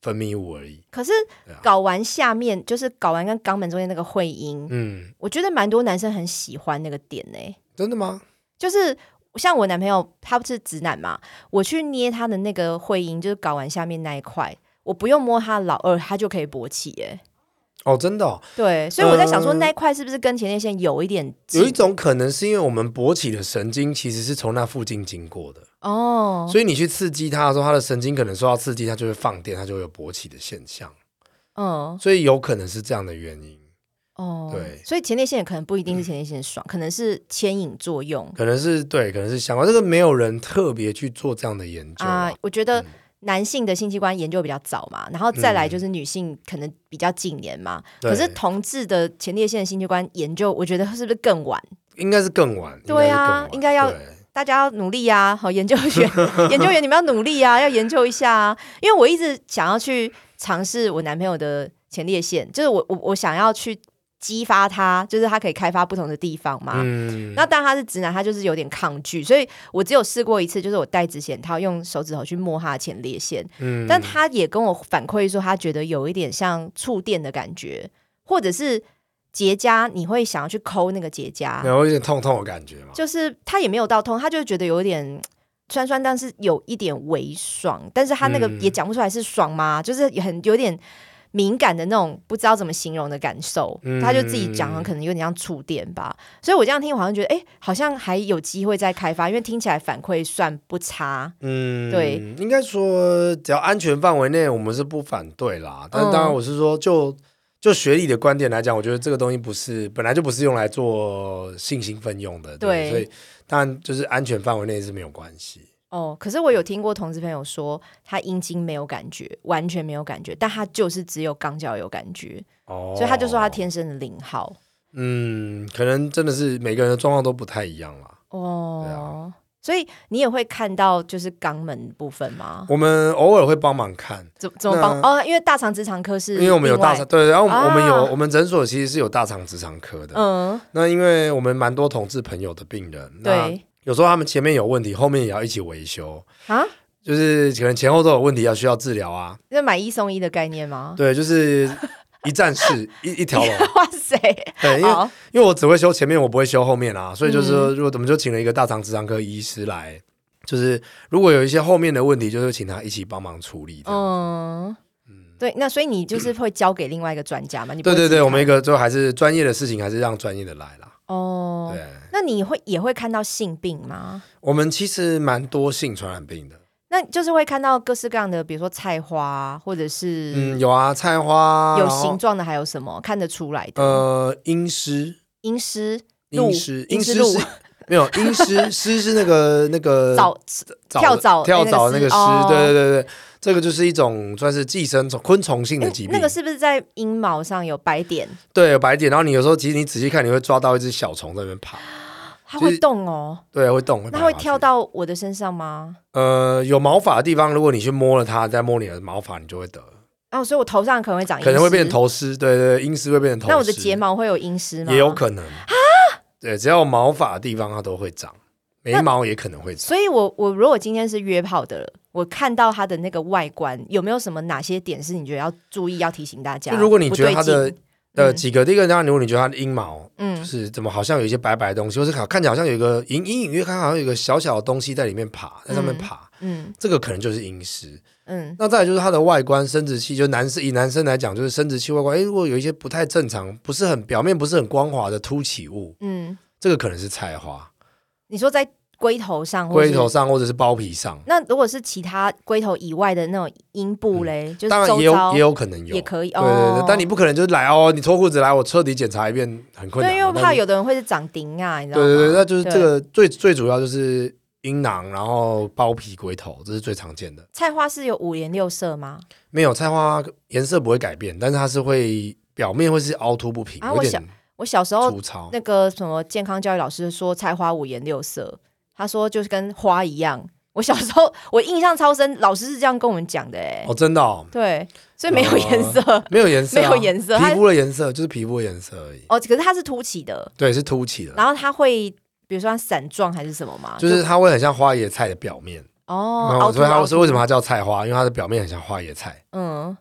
分泌物而已。可是对啊搞完下面就是搞完跟肛门中间那个会阴，嗯，我觉得蛮多男生很喜欢那个点呢、真的吗？就是像我男朋友，他不是直男嘛，我去捏他的那个会阴，就是睾丸下面那一块，我不用摸他的老二，他就可以勃起耶、哦，真的、哦，对，所以我在想说，呃那一块是不是跟前列腺有一点近有一种可能是因为我们勃起的神经其实是从那附近经过的，哦，所以你去刺激它的时候，它的神经可能受到刺激，它就会放电，它就会有勃起的现象，嗯所以有可能是这样的原因，哦，对嗯所以前列腺也可能不一定是前列腺爽，可能是牵引作用可能是对，可能是相关。这个没有人特别去做这样的研究啊、啊。我觉得男性的性器官研究比较早嘛，然后再来就是女性可能比较近年嘛。嗯对可是同志的前列腺性器官研究，我觉得是不是更晚？应该是更晚，对啊应应该该是要更晚对大家要努力啊！ 好，研究 员，研究员，你们要努力啊，要研究一下啊！因为我一直想要去尝试我男朋友的前列腺，就是我我我想要去激发他，就是他可以开发不同的地方嘛。嗯，啊那但他是直男，他就是有点抗拒，所以我只有试过一次，就是我戴指显套，用手指头去摸他的前列腺，嗯但他也跟我反馈说，他觉得有一点像触电的感觉，或者是结痂，你会想要去抠那个结痂，然后有点痛痛的感觉嘛，就是他也没有到痛，他就觉得有一点。酸酸，但是有一点微爽，但是他那个嗯也讲不出来是爽吗？就是很有点敏感的那种，不知道怎么形容的感受。嗯他就自己讲，可能有点像触电吧。所以我这样听，我好像觉得，哎、好像还有机会再开发，因为听起来反馈算不差。嗯，对，应该说只要安全范围内，我们是不反对啦。嗯但是当然，我是说就，就学理的观点来讲，我觉得这个东西不是本来就不是用来做性兴奋用的，对所以当然就是安全范围内是没有关系。哦，可是我有听过同志朋友说，他阴茎没有感觉，完全没有感觉，但他就是只有肛交有感觉，哦，所以他就说他，天生的零号。嗯，可能真的是每个人的状况都不太一样啦。哦，所以你也会看到就是肛门部分吗？我们偶尔会帮忙看，怎怎么帮？哦，因为大肠直肠科是因为我们有另外大肠，对，然后啊我们有、我们诊所其实是有大肠直肠科的。嗯，那因为我们蛮多同志朋友的病人，那对有时候他们前面有问题，后面也要一起维修，啊，就是可能前后都有问题，要需要治疗啊。那买一送一的概念吗？对，就是一站式一一 条龙。哇塞，对，因为好，因为我只会修前面，我不会修后面啊，所以就是说，嗯如果我们就请了一个大肠直肠科医师来，就是如果有一些后面的问题，就是请他一起帮忙处理这样。嗯，对，那所以你就是会交给另外一个专家嘛？你不对会对自己对，看我们一个就还是专业的事情，还是让专业的来啦。哦，对，那你会也会看到性病吗？我们其实蛮多性传染病的，那就是会看到各式各样的，比如说菜花，啊或者是嗯，有啊，菜花，有然后形状的，还有什么看得出来的？呃，阴湿，阴湿、鹿阴湿，阴阴湿湿鹿是。没 有阴湿，湿是那个那个早藻跳的蚤跳那个蚤虱那个虱，哦对对对对，这个就是一种算是寄生虫昆虫性的疾诶病。那个是不是在阴毛上有白点？对有白点，然后你有时候其实你仔细看，你会抓到一只小虫在那边爬，它就会是动哦，对，会动，会那爬它会爬去跳。到我的身上吗？呃，有毛发的地方，如果你去摸了它，再摸你的毛发，你就会得，啊，所以我头上可能会长，可能会变成。头虱，对对，对阴虱会变成头虱。那我的睫毛会有阴湿吗？也有可能啊，对，只要有毛发的地方它都会长，眉毛也可能会长。所以我，我如果今天是约炮的，我看到他的那个外观，有没有什么哪些点是你觉得要注意、要提醒大家？就如果你觉得不它对的劲呃嗯几个，第一个，当然如果你觉得它的阴毛就嗯是怎么好像有一些白白的东西，或是好看起来好像有一个隐隐隐约看好像有一个小小的东西在里面爬，在上面嗯爬，嗯这个可能就是阴湿。嗯那再来就是它的外观生殖器，就男士以男生来讲，就是生殖器外观，诶，如果有一些不太正常，不是很表面不是很光滑的凸起物，嗯，这个可能是菜花，你说在龟头上，龟头。上或者是包皮上，那如果是其他龟头以外的那种阴部嘞，就是嗯当然周也有遭也有可能有，也可以对对哦对，。但你不可能就是来哦，你脱裤子来，我彻底检查一遍，很困难对，嘛。因为但怕是有的人会是长钉啊，你知道吗？对对对，那就是对这个最最主要就是阴囊，然后包皮、龟头，这是最常见的。菜花是有五颜六色吗？没有菜花颜色不会改变，但是它是会表面会是凹凸不平，啊有我哦点我小时候粗糙。那个什么健康教育老师说菜花五颜六色，他说就是跟花一样。我小时候我印象超深，老师是这样跟我们讲的哎、哦，真的哦，对，所以没有颜色没有颜色啊，没有颜色它皮肤的颜色就是皮肤的颜色而已。哦，可是它是凸起的，对，是凸起的，然后它会比如说它散状还是什么嘛，就是它会很像花椰菜的表面。哦然，后凹所以凸凹它凸说为什么它叫菜花，因为它的表面很像花椰菜。嗯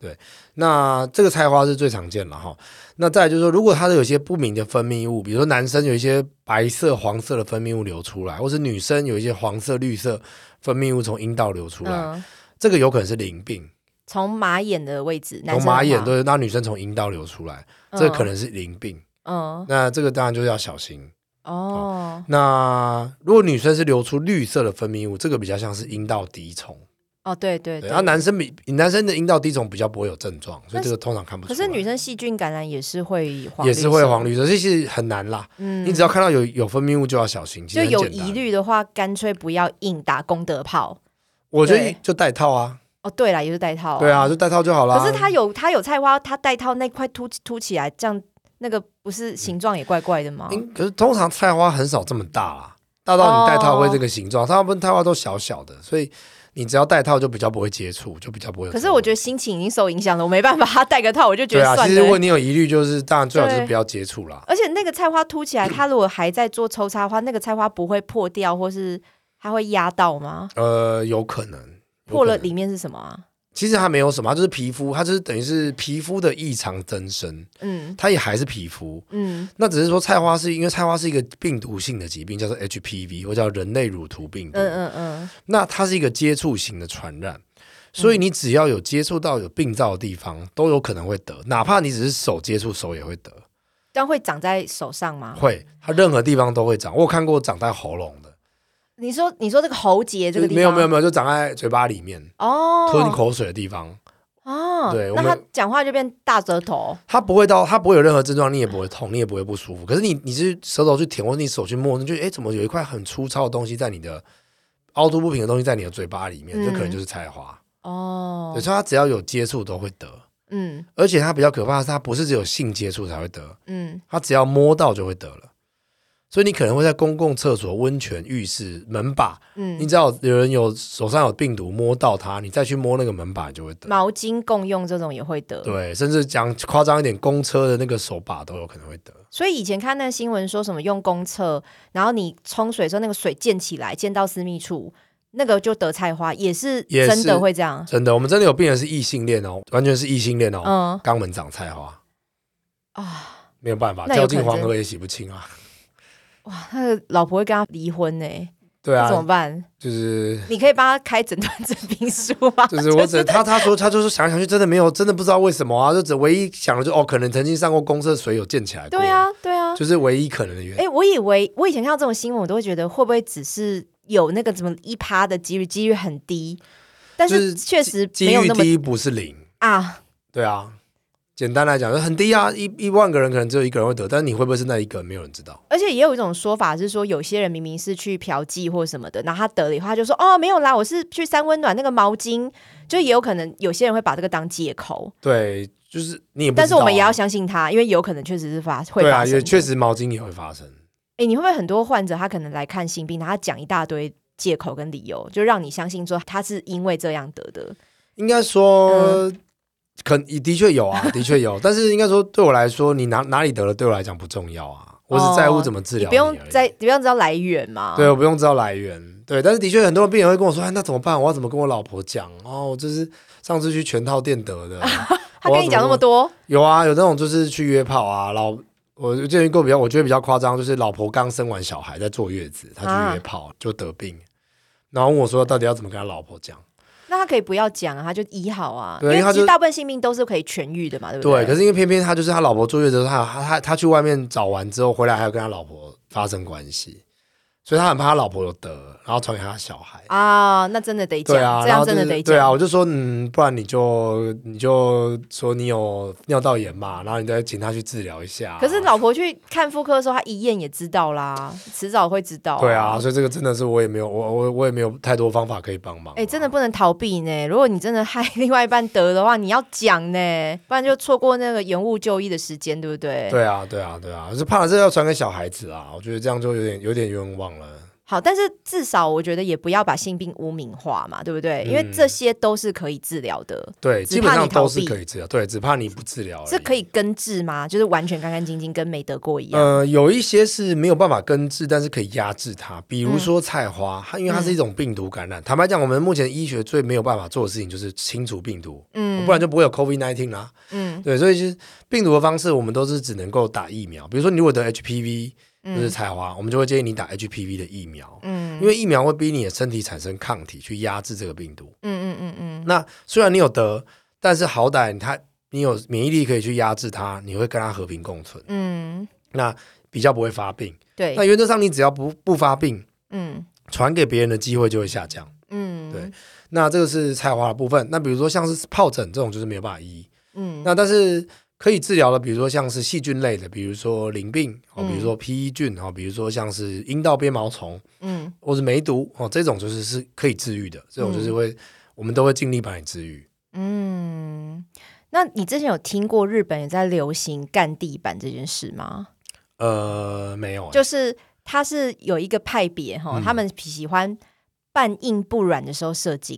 那这个菜花是最常见了哈。那再来就是说，如果它的有些不明的分泌物，比如说男生有一些白色、黄色的分泌物流出来，或是女生有一些黄色、绿色分泌物从阴道流出来，嗯，这个有可能是淋病，从马眼的位置，男从生的马眼话，对，那女生从阴道流出来，嗯这可能是淋病。嗯那这个当然就是要小心。哦那如果女生是流出绿色的分泌物，这个比较像是阴道滴虫。哦对对对，对，然后男生比男生的阴道滴虫比较不会有症状，所以这个通常看不出可来。是女生细菌感染也是会黄也绿是会色黄，绿色，这其实很难啦。嗯你只要看到有有分泌物就要小心，其实就很有简单疑，虑的话，干脆不要硬打功德炮。我觉对得就戴套啊，哦，对了，也是戴套、对啊，，就戴套就好啦。可是它有它有菜花，它戴套那块凸凸起来，这样那个不是形状也怪怪的吗？嗯，可是通常菜花很少这么大啦，大到你戴套会这个形哦状，大部分菜花都小小的，所以你只要戴套就比较不会接触，就比较不会有这可个问题。是我觉得心情已经受影响了，我没办法，它戴个套我就觉对得啊，算其实如了。果你有疑虑，就是当然最好就是对不要接触啦。而且那个菜花凸起来，它如果还在做抽插的话，那个菜花不会破掉，或是它会压到吗？呃，有可能有破了可能里面是什么啊？其实它没有什么，它就是皮肤，它就是等于是皮肤的异常增生，嗯它也还是皮肤，嗯那只是说菜花是因为菜花是一个病毒性的疾病，叫做 HPV 或叫人类乳头病毒。嗯嗯嗯，那它是一个接触型的传染，所以你只要有接触到有病灶的地方，都有可能会得，哪怕你只是手接触，手也会得，这样会长在手上吗？会它任何地方都会长。我有看过长在喉咙的，你说你说这个喉结这个地方就没有没有没有，就长在嘴巴里面。哦，吞口水的地方，哦，对我那们他讲话就变大舌头，它不会到，它不会有任何症状，你也不会痛，你也不会不舒服。可是你，你是舌头去舔，或者你手去摸，你就哎，诶怎么有一块很粗糙的东西在你的凹凸不平的东西在你的嘴巴里面？嗯这可能就是菜花。哦对，，所以它只要有接触都会得，嗯而且它比较可怕的是，它不是只有性接触才会得，嗯，它只要摸到就会得了。所以你可能会在公共厕所、温泉、浴室、门把，嗯，你只要有人有手上有病毒摸到它，你再去摸那个门把，你就会得。毛巾共用这种也会得。对，甚至讲夸张一点，公车的那个手把都有可能会得。所以以前看那个新闻说什么用公厕，然后你冲水的时候那个水溅起来，溅到私密处，那个就得菜花，也是也真的是会这样。 真的，我们真的有病人是异性恋哦，完全是异性恋哦，嗯肛门长菜花，啊，没有办法，那有掉可能进黄河也洗不清啊。他的老婆会跟他离婚呢、对那怎么啊，办？就是你可以帮他开诊断证明书吗？ 就是我只他他说他就是想来想去，真的没有，真的不知道为什么啊，就只唯一想的就哦，可能曾经上过公厕水有溅起来过，对，啊，对啊。就是唯一可能的原因。哎、我以为我以前看到这种新闻，我都会觉得会不会只是有那个什么一趴的几率，几率很低，但就是是确实几没有率那么低不是零，啊。对啊。简单来讲，就很低啊，一一万个人可能只有一个人会得，但是你会不会是那一个，没有人知道。而且也有一种说法是说，有些人明明是去嫖妓或什么的，然后他得了以后，他就说哦没有啦，我是去三温暖那个毛巾，就也有可能有些人会把这个当借口，对，就是你也不知道啊、但是我们也要相信他，因为有可能确实是发会对发啊，生的。也确实毛巾也会发生。哎、你会不会很多患者他可能来看性病，然后他讲一大堆借口跟理由，就让你相信说他是因为这样得的？应该说，嗯可的确有啊，的 确有，但是应该说对我来说，你哪哪里得了对我来讲不重要啊，我只在乎怎么治哦你疗、不用啊再，你不用知道来源嘛？对，我不用知道来源。对，但是的确很多病人会跟我说：“哎，那怎么办？我要怎么跟我老婆讲？哦，我就是上次去全套店 得的。他跟你讲那么多，有啊，有那种就是去约炮啊，老我就见过比较，我觉得比较夸张，就是老婆刚生完小孩在坐月子，他啊去约炮、就得病，然后问我说到底要怎么跟他老婆讲？那他可以不要讲啊，他就医好啊，对因为因为他其就实大部分性病都是可以痊愈的嘛，对不对？对，可是因为偏偏他就是他老婆坐月子的时候，他他他他去外面找完之后回来还要跟他老婆发生关系，所以他很怕他老婆有得，然后传给他小孩。啊，那真的得讲，对啊，这然样后就真的是得讲。对啊，我就说嗯，不然你就你就说你有尿道炎嘛，然后你再请他去治疗一下。啊可是老婆去看妇科的时候，她一验也知道啦，迟早会知道、对啊，，所以这个真的是我也没有，我我我也没有太多方法可以帮忙。啊哎、真的不能逃避呢。如果你真的害 另外一半得的话，你要讲呢，不然就错过那个延误就医的时间，对不对？。对啊，对啊，对啊，就是怕这要传给小孩子啊，我觉得这样就有点有点冤枉了。好，但是至少我觉得也不要把性病污名化嘛，对不对？因为嗯这些都是可以治疗的，对，只基本怕上你逃都是避可以治疗，对，只怕你不治疗而已。是可以根治吗？就是完全干干净净，跟没得过一样。呃，有一些是没有办法根治，但是可以压制它，比嗯如说菜花，它因为它是一种病毒感染。坦白讲，我们目前医学最没有办法做的事情就是清除病毒，嗯不然就不会有 COVID nineteen 啦。嗯对，所以就是病毒的方式，我们都是只能够打疫苗。比如说，你如果得 HPV 就是嗯菜花，我们就会建议你打 HPV 的疫苗。嗯因为疫苗会逼你的身体产生抗体去压制这个病毒。嗯嗯嗯那虽然你有得，但是好歹它你有免疫力可以去压制它，你会跟它和平共存，嗯，那比较不会发病。对那，原则上，你只要不不发病，嗯传给别人的机会就会下降。嗯，对，那这个是菜花的部分。那比如说像是疱疹这种，就是没有办法医。嗯那但是可以治疗的，比如说像是细菌类的，比如说淋病，哦，嗯比如说披衣菌，哦，比如说像是阴道鞭毛虫嗯或是梅毒，哦，这种就是是可以治愈的，这种就是会、我们都会尽力把你治愈。嗯。那你之前有听过日本也在流行干地板这件事吗？呃，没有欸、就是它是有一个派别哈，嗯他们喜欢半硬不软的时候射精，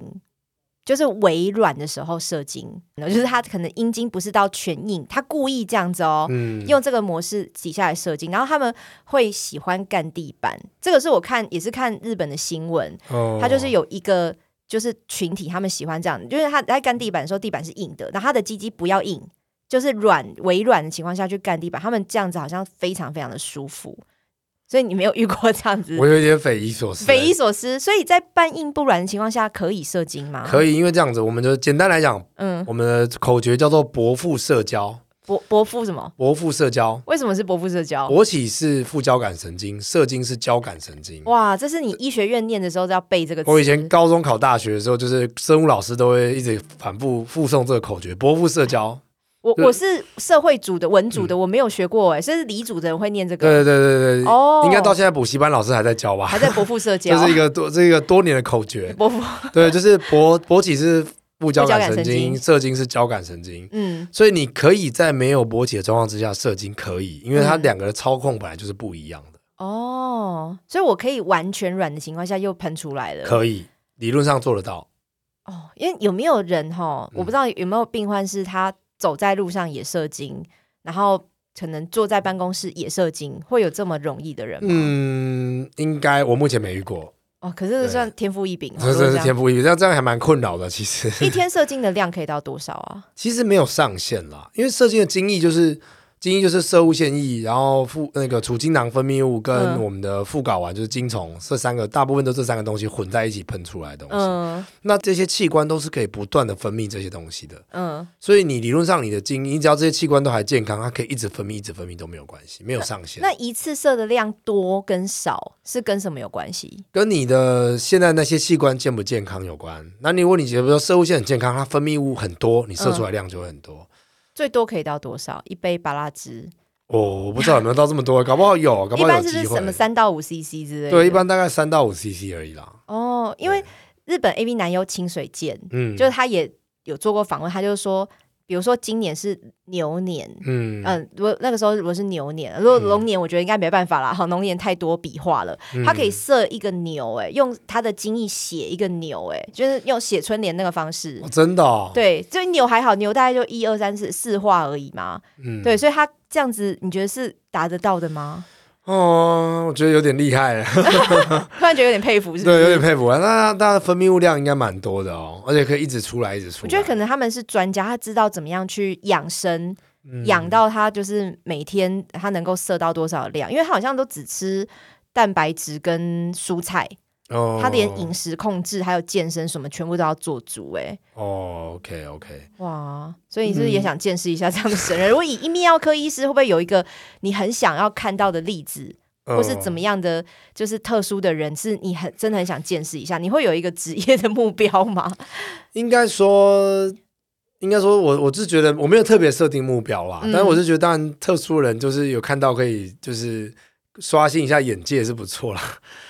就是微软的时候射精，就是他可能阴茎不是到全硬，他故意这样子哦。嗯，用这个模式底下来射精，然后他们会喜欢干地板，这个是我看也是看日本的新闻，哦他就是有一个就是群体，他们喜欢这样，就是他在干地板的时候，地板是硬的，然后他的鸡鸡不要硬，就是软微软的情况下去干地板，他们这样子好像非常非常的舒服， 所以你没有遇过这样子 我有一点匪夷所思欸、匪夷所思，所以在半硬不软的情况下可以射精吗？可以，因为这样子，我们就简单来讲，嗯，我们的口诀叫做“伯父社交勃勃腹什么”，？伯父社交。为什么是勃腹社交？勃起是副交感神经，射精是交感神经。哇，这是你医学院念的时候都要背这个词。我以前高中考大学的时候，就是生物老师都会一直反复附送这个口诀：伯父社交。我对我是社会组的文组的，我没有学过哎、所以是理组的人会念这个对对对对对，哦应该到现在补习班老师还在教 吧还？在勃腹社交。这，是一个多这个多年的口诀勃腹，对，就是勃勃起是副交感神副交感神 经，经射精是交感神经。嗯所以你可以在没有勃起的状况之下射精，可以，因为它嗯两个的操控本来就是不一样的。哦，所以我可以完全软的情况下又喷出来了。可以，理论上做得到。哦，因为有没有人哈，嗯我不知道有没有病患是他走在路上也射精，然后可能坐在办公室也射精，会有这么容易的人吗？嗯，应该我目前没遇过，哦，可是这算天赋异禀哦，这如果真这是样天赋异禀，那这样还蛮困扰的。其实，一天射精的量可以到多少 啊？其实没有上限啦，因为射精的精液就是精液就是射物腺液，然后副那个储精囊分泌物跟嗯我们的副睾丸就是精虫这三个，大部分都这三个东西混在一起喷出来的东西。嗯那这些器官都是可以不断的分泌这些东西的，嗯，所以你理论上你的精液，你只要这些器官都还健康，它可以一直分泌一直分泌都没有关系，没有上限。那一次射的量多跟少是跟什么有关系？跟你的现在那些器官健不健康有关。那你如果你比如说射物腺很健康，它分泌物很多，你射嗯出来量就会很多。最多可以到多少？一杯巴拉汁，我、哦我不知道有没有到这么多， 搞不好有，搞一不好有般是机不是会什。么三到五 CC 之类的？对，一般大概三到五 CC 而已啦。哦，因为日本 AV 男优清水健，嗯，就是他也有做过访问，他就说，比如说今年是牛年，嗯嗯、如果那个时候如果是牛年，如果龙年，我觉得应该没办法啦，好，龙年太多笔画了，嗯他可以设一个牛、哎，用他的精液写一个牛、哎，就是用写春联那个方式哦。真的、哦，，对，所以牛还好，牛大概就一二三四四画而已嘛。嗯，对，所以他这样子，你觉得是达得到的吗？哦，我觉得有点厉 害了，突然觉得有点佩服，是不对，有是点？佩服啊。那那它的分泌物量应该蛮多的哦，而且可以一直出来，一直出来。我觉得可能他们是专家，他知道怎么样去养生，能养到他就是每天他能够摄到多少量，因为他好像都只吃蛋白质跟蔬菜，哦他连饮食控制还有健身什么全部都要做足、哎，哦，OK OK，哇！所以你是嗯不是也想见识一下这样的神人？如果以泌尿科医师，会不会有一个你很想要看到的例子，或是怎么？么样的就是特殊的人，是你很真的很想见识一下？你会有一个职业的目标吗？应该说，应该说我我是觉得我没有特别设定目标啦，嗯但是我是觉得，当然特殊人就是有看到可以就是刷新一下眼界是不错啦。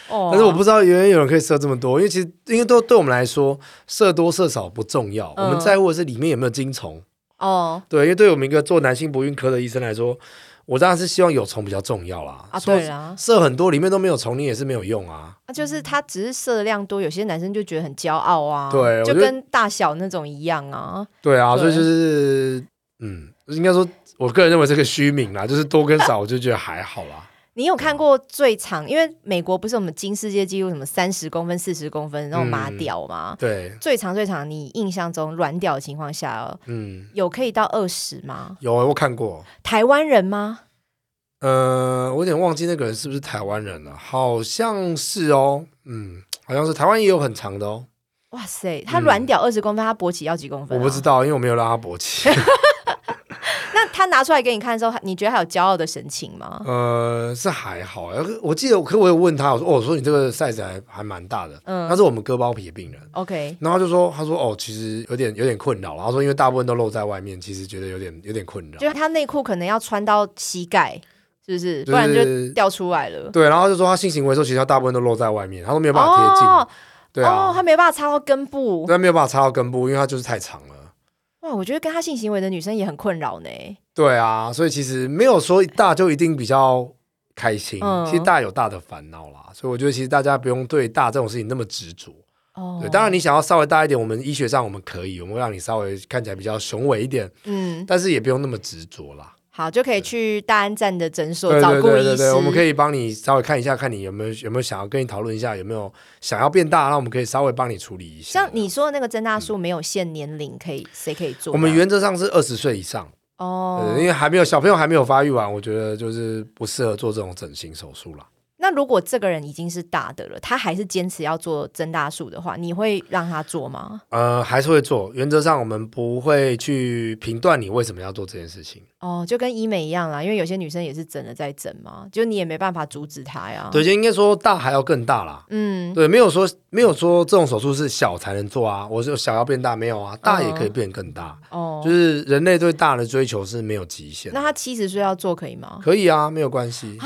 哦，但是我不知道原来有人可以射这么多，因为其实因为都对我们来说，射多射少不重要，嗯我们在乎的是里面有没有精虫。哦，对，因为对我们一个做男性不孕科的医生来说，我当然是希望有虫比较重要啦。啊说对啦射很多里面都没有虫，你也是没有用啊。啊，就是他只是射的量多，有些男生就觉得很骄傲啊，对我就觉得跟大小那种一样啊。对啊，对所以就是嗯，应该说，我个人认为这个虚名啦，就是多跟少，我就觉得还好啦。 你有啊看过最长？因为美国不是我们金世界纪录什么三十公分、四十公分那种嗯麻屌吗？对，最长最长，你印象中软屌的情况下哦，嗯，有可以到二十吗？有、我看过，台湾人吗？呃，我有点忘记那个人是不是台湾人了，好像是哦，嗯，好像是台湾也有很长的哦，哇塞，他软屌二十公分，他勃起要几公分、嗯啊我不知。道，因为我没有让他 勃起，那他拿出来给你看的时候，你觉得他有骄傲的神情吗？呃，是还好，呃可我记得，可我有问他，我说，哦，我说你这个 size 还还蛮大的，嗯他是我们割包皮的病人。 ，OK，然后他就说，他说哦，其实有点有点困扰。然后说，因为大部分都露在外面，其实觉得有点有点困扰。就是他内裤可能要穿到膝盖，是不是？不就是然就掉出来了。对，然后就说他性行为的时候，其实他大部分都露在外面，他都没有办法贴近，哦对哦，啊，他没办法插到根部对。他没有办法插到根部，因为他就是太长了。哇，我觉得跟他性行为的女生也很困扰呢。对啊，所以其实没有说大就一定比较开心，嗯其实大有大的烦恼啦。所以我觉得其实大家不用对大这种事情那么执着。哦对，当然你想要稍微大一点，我们医学上我们可以，我们会让你稍微看起来比较雄伟一点，嗯，但是也不用那么执着啦。好，就可以去大安站的诊所对找对顾对医对师。对，我们可以帮你稍微看一下，看你有没有有没有想要跟你讨论一下，有没有想要变大，那我们可以稍微帮你处理一下。像你说的那个增大术没有限年龄，可以谁可以做吗？嗯我们原则上是二十岁以上，哦呃，因。为还没有小朋友还没有发育完，我觉得就是不适合做这种整形手术啦。那如果这个人已经是大的了，他还是坚持要做增大术的话，你会让他做吗？呃，还是会做，原则上我们不会去评断你为什么要做这件事情。哦，就跟医美一样啦，因为有些女生也是整了再整嘛，就你也没办法阻止她呀。对，，就应该说大还要更大啦。嗯，对，没有说没有说这种手术是小才能做啊，我是小要变大没有啊，大也可以变更大，嗯哦，就是人类对大的追求是没有极限的那。他七十岁要做可以吗？可以啊，没有关系，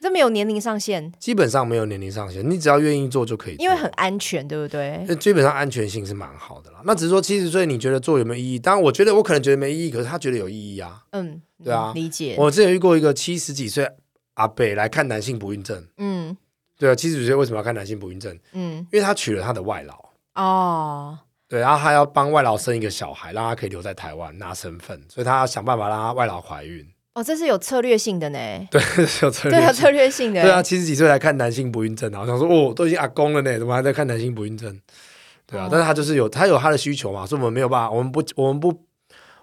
这没有年龄上限，基本上没有年龄上限，你只要愿意做就可以做。因为很安全，对不对？那基本上安全性是蛮好的啦。那只是说七十岁你觉得做有没有意义？当然，我觉得我可能觉得没意义，可是他觉得有意义啊。嗯，对啊嗯理解。我之前遇过一个七十几岁阿贝来看男性不孕症。嗯对啊，七十九岁为什么要看男性不孕症？嗯，因为他娶了他的外劳，哦，对，然后他要帮外劳生一个小孩，让他可以留在台湾拿身份，所以他要想办法让他外劳怀孕。 哦，这是有策略性的呢，对，是有策 略对， 有性。策略性的，对啊，，七十几岁来看男性不孕症啊，我想说哦，都已经阿公了呢，怎么还在看男性不孕症？对啊，哦但是他就是有他有他的需求嘛，所以我们没有办法，我们不我们不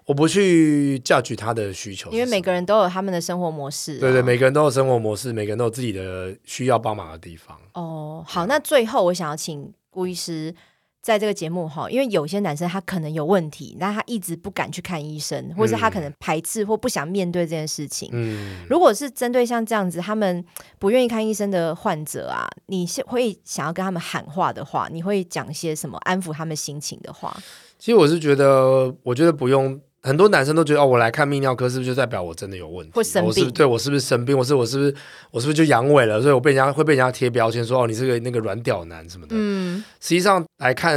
我不去 judge 他的需求是什么，因为每个人都有他们的生活模式啊、对对，每个人都有生活模式，每个人都有自己的需要帮忙的地方。哦，好，那最后我想要请顾医师在这个节目哈，因为有些男生他可能有问题，那他一直不敢去看医生，或是他可能排斥或不想面对这件事情。嗯，如果是针对像这样子他们不愿意看医生的患者啊，你是会想要跟他们喊话的话，你会讲些什么安抚他们心情的话？其实我是觉得，我觉得不用。很多男生都觉得哦，我来看泌尿科是不是就代表我真的有问题？或生病我是不是对我是不是生病？我是我是不是我是不是就阳痿了？所以我被人家会被人家贴标签说哦，你是个那个软屌男什么的。嗯，实际上来看，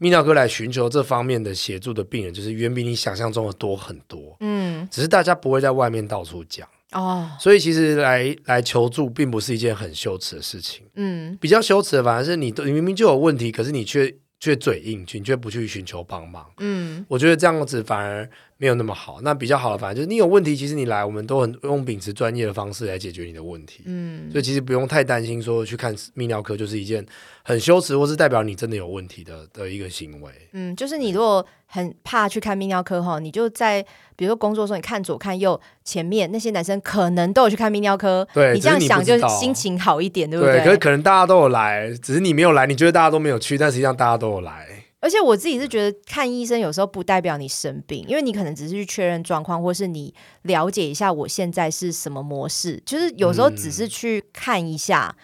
泌尿科来寻求这方面的协助的病人，就是远比你想象中的多很多。嗯，只是大家不会在外面到处讲，哦，所以其实来来求助并不是一件很羞耻的事情。嗯，比较羞耻的反而是你，你明明就有问题，可是你却却嘴硬，你却不去寻求帮忙。嗯，我觉得这样子反而没有那么好。那比较好的，反而就是你有问题，其实你来，我们都很用秉持专业的方式来解决你的问题。嗯，所以其实不用太担心说去看泌尿科就是一件很羞耻或是代表你真的有问题的的一个行为。嗯，就是你如果很怕去看泌尿科哈，你就在比如说工作的时候，你看左看右，前面那些男生可能都有去看泌尿科，对你这样只是你想不知就道啊心情好一点，对不对，可是可能大家都有来，只是你没有来，你觉得大家都没有去，但实际上大家都有来。而且我自己是觉得看医生有时候不代表你生病，因为你可能只是去确认状况，或是你了解一下我现在是什么模式，就是有时候只嗯是去看一下，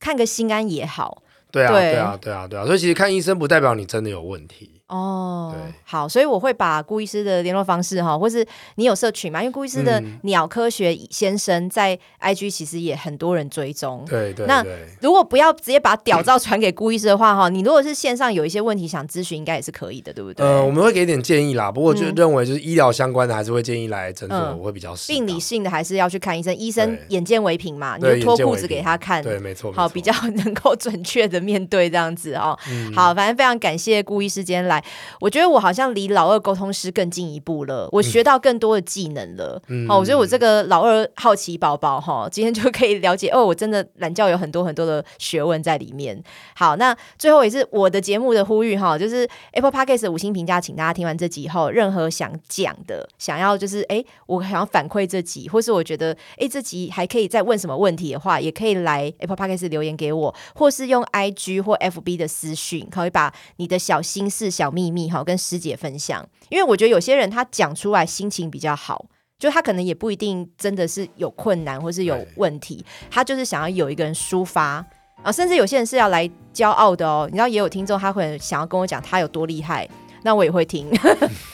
看个心安也好。对啊，对对啊，对啊，对啊。所以其实看医生不代表你真的有问题。哦对，好，所以我会把顾医师的联络方式哈，或是你有社群嘛？因为顾医师的嗯鸟科学先生在 IG 其实也很多人追踪。对对嗯那对。如果不要直接把屌照传给顾医师的话哈，你如果是线上有一些问题想咨询，应该也是可以的，对不对？呃，我们会给点建议啦，不过就嗯认为就是医疗相关的，还是会建议来诊所嗯会比较适当病理性的还是要去看医生，医生对眼见为凭嘛，你对就脱眼见裤为子凭给他看，对，没错，好没错比较 能够准确的面对这样子哦。嗯好，反正非常感谢顾医师今天来，我觉得我好像离老二沟通师更进一步了，我学到更多的技能了。嗯好，我觉得我这个老二好奇宝宝哈，今天就可以了解哦，我真的懒觉有很多很多的学问在里面。好，那最后也是我的节目的呼吁哈，就是 Apple Podcast 的五星评价，请大家听完这集以后，任何想讲的，想要就是哎，诶我想要反馈这集，或是我觉得哎这集还可以再问什么问题的话，也可以来 Apple Podcast 留言给我，或是用 IG 或 FB 的私讯，可以把你的小心事、小秘密哈跟师姐分享，因为我觉得有些人他讲出来心情比较好。就他可能也不一定真的是有困难或是有对问题，他就是想要有一个人抒发，啊，甚至有些人是要来骄傲的哦。你知道，也有听众他会想要跟我讲他有多厉害，那我也会 听，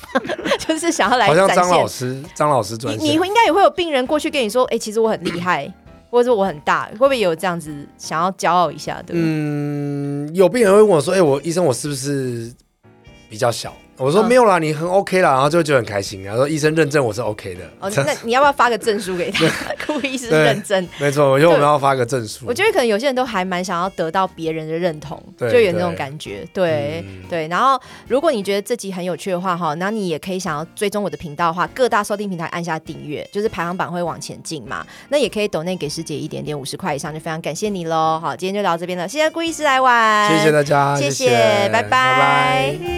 就是想要来好像展张现老。师，张老师专你你线会应该也会有病人过去跟你说，哎、其实我很厉害，或者说我很大，会不会有这样子想要骄傲一下的？嗯嗯，有病人会问我说：“哎、我医生，我是不是比较小？”我说：“嗯没有啦，你很 OK 啦。”然后就会觉得很开心，然后说：“医生认证我是 OK 的。哦，那你要不要发个证书给他？ 故意是认真。 没错，我觉得对我们要发个证书。我觉得可能有些人都还蛮想要得到别人的认同，对就有那种对感觉，对、嗯对。然后，如果你觉得这集很有趣的话，哈，那你也可以想要追踪我的频道的话，各大收听平台按下订阅，就是排行榜会往前进嘛。那也可以抖内给师姐一点点，五十块以上就非常感谢你喽。好，今天就聊到这边了，谢谢顾医师来玩，谢谢大家，谢谢谢拜拜拜拜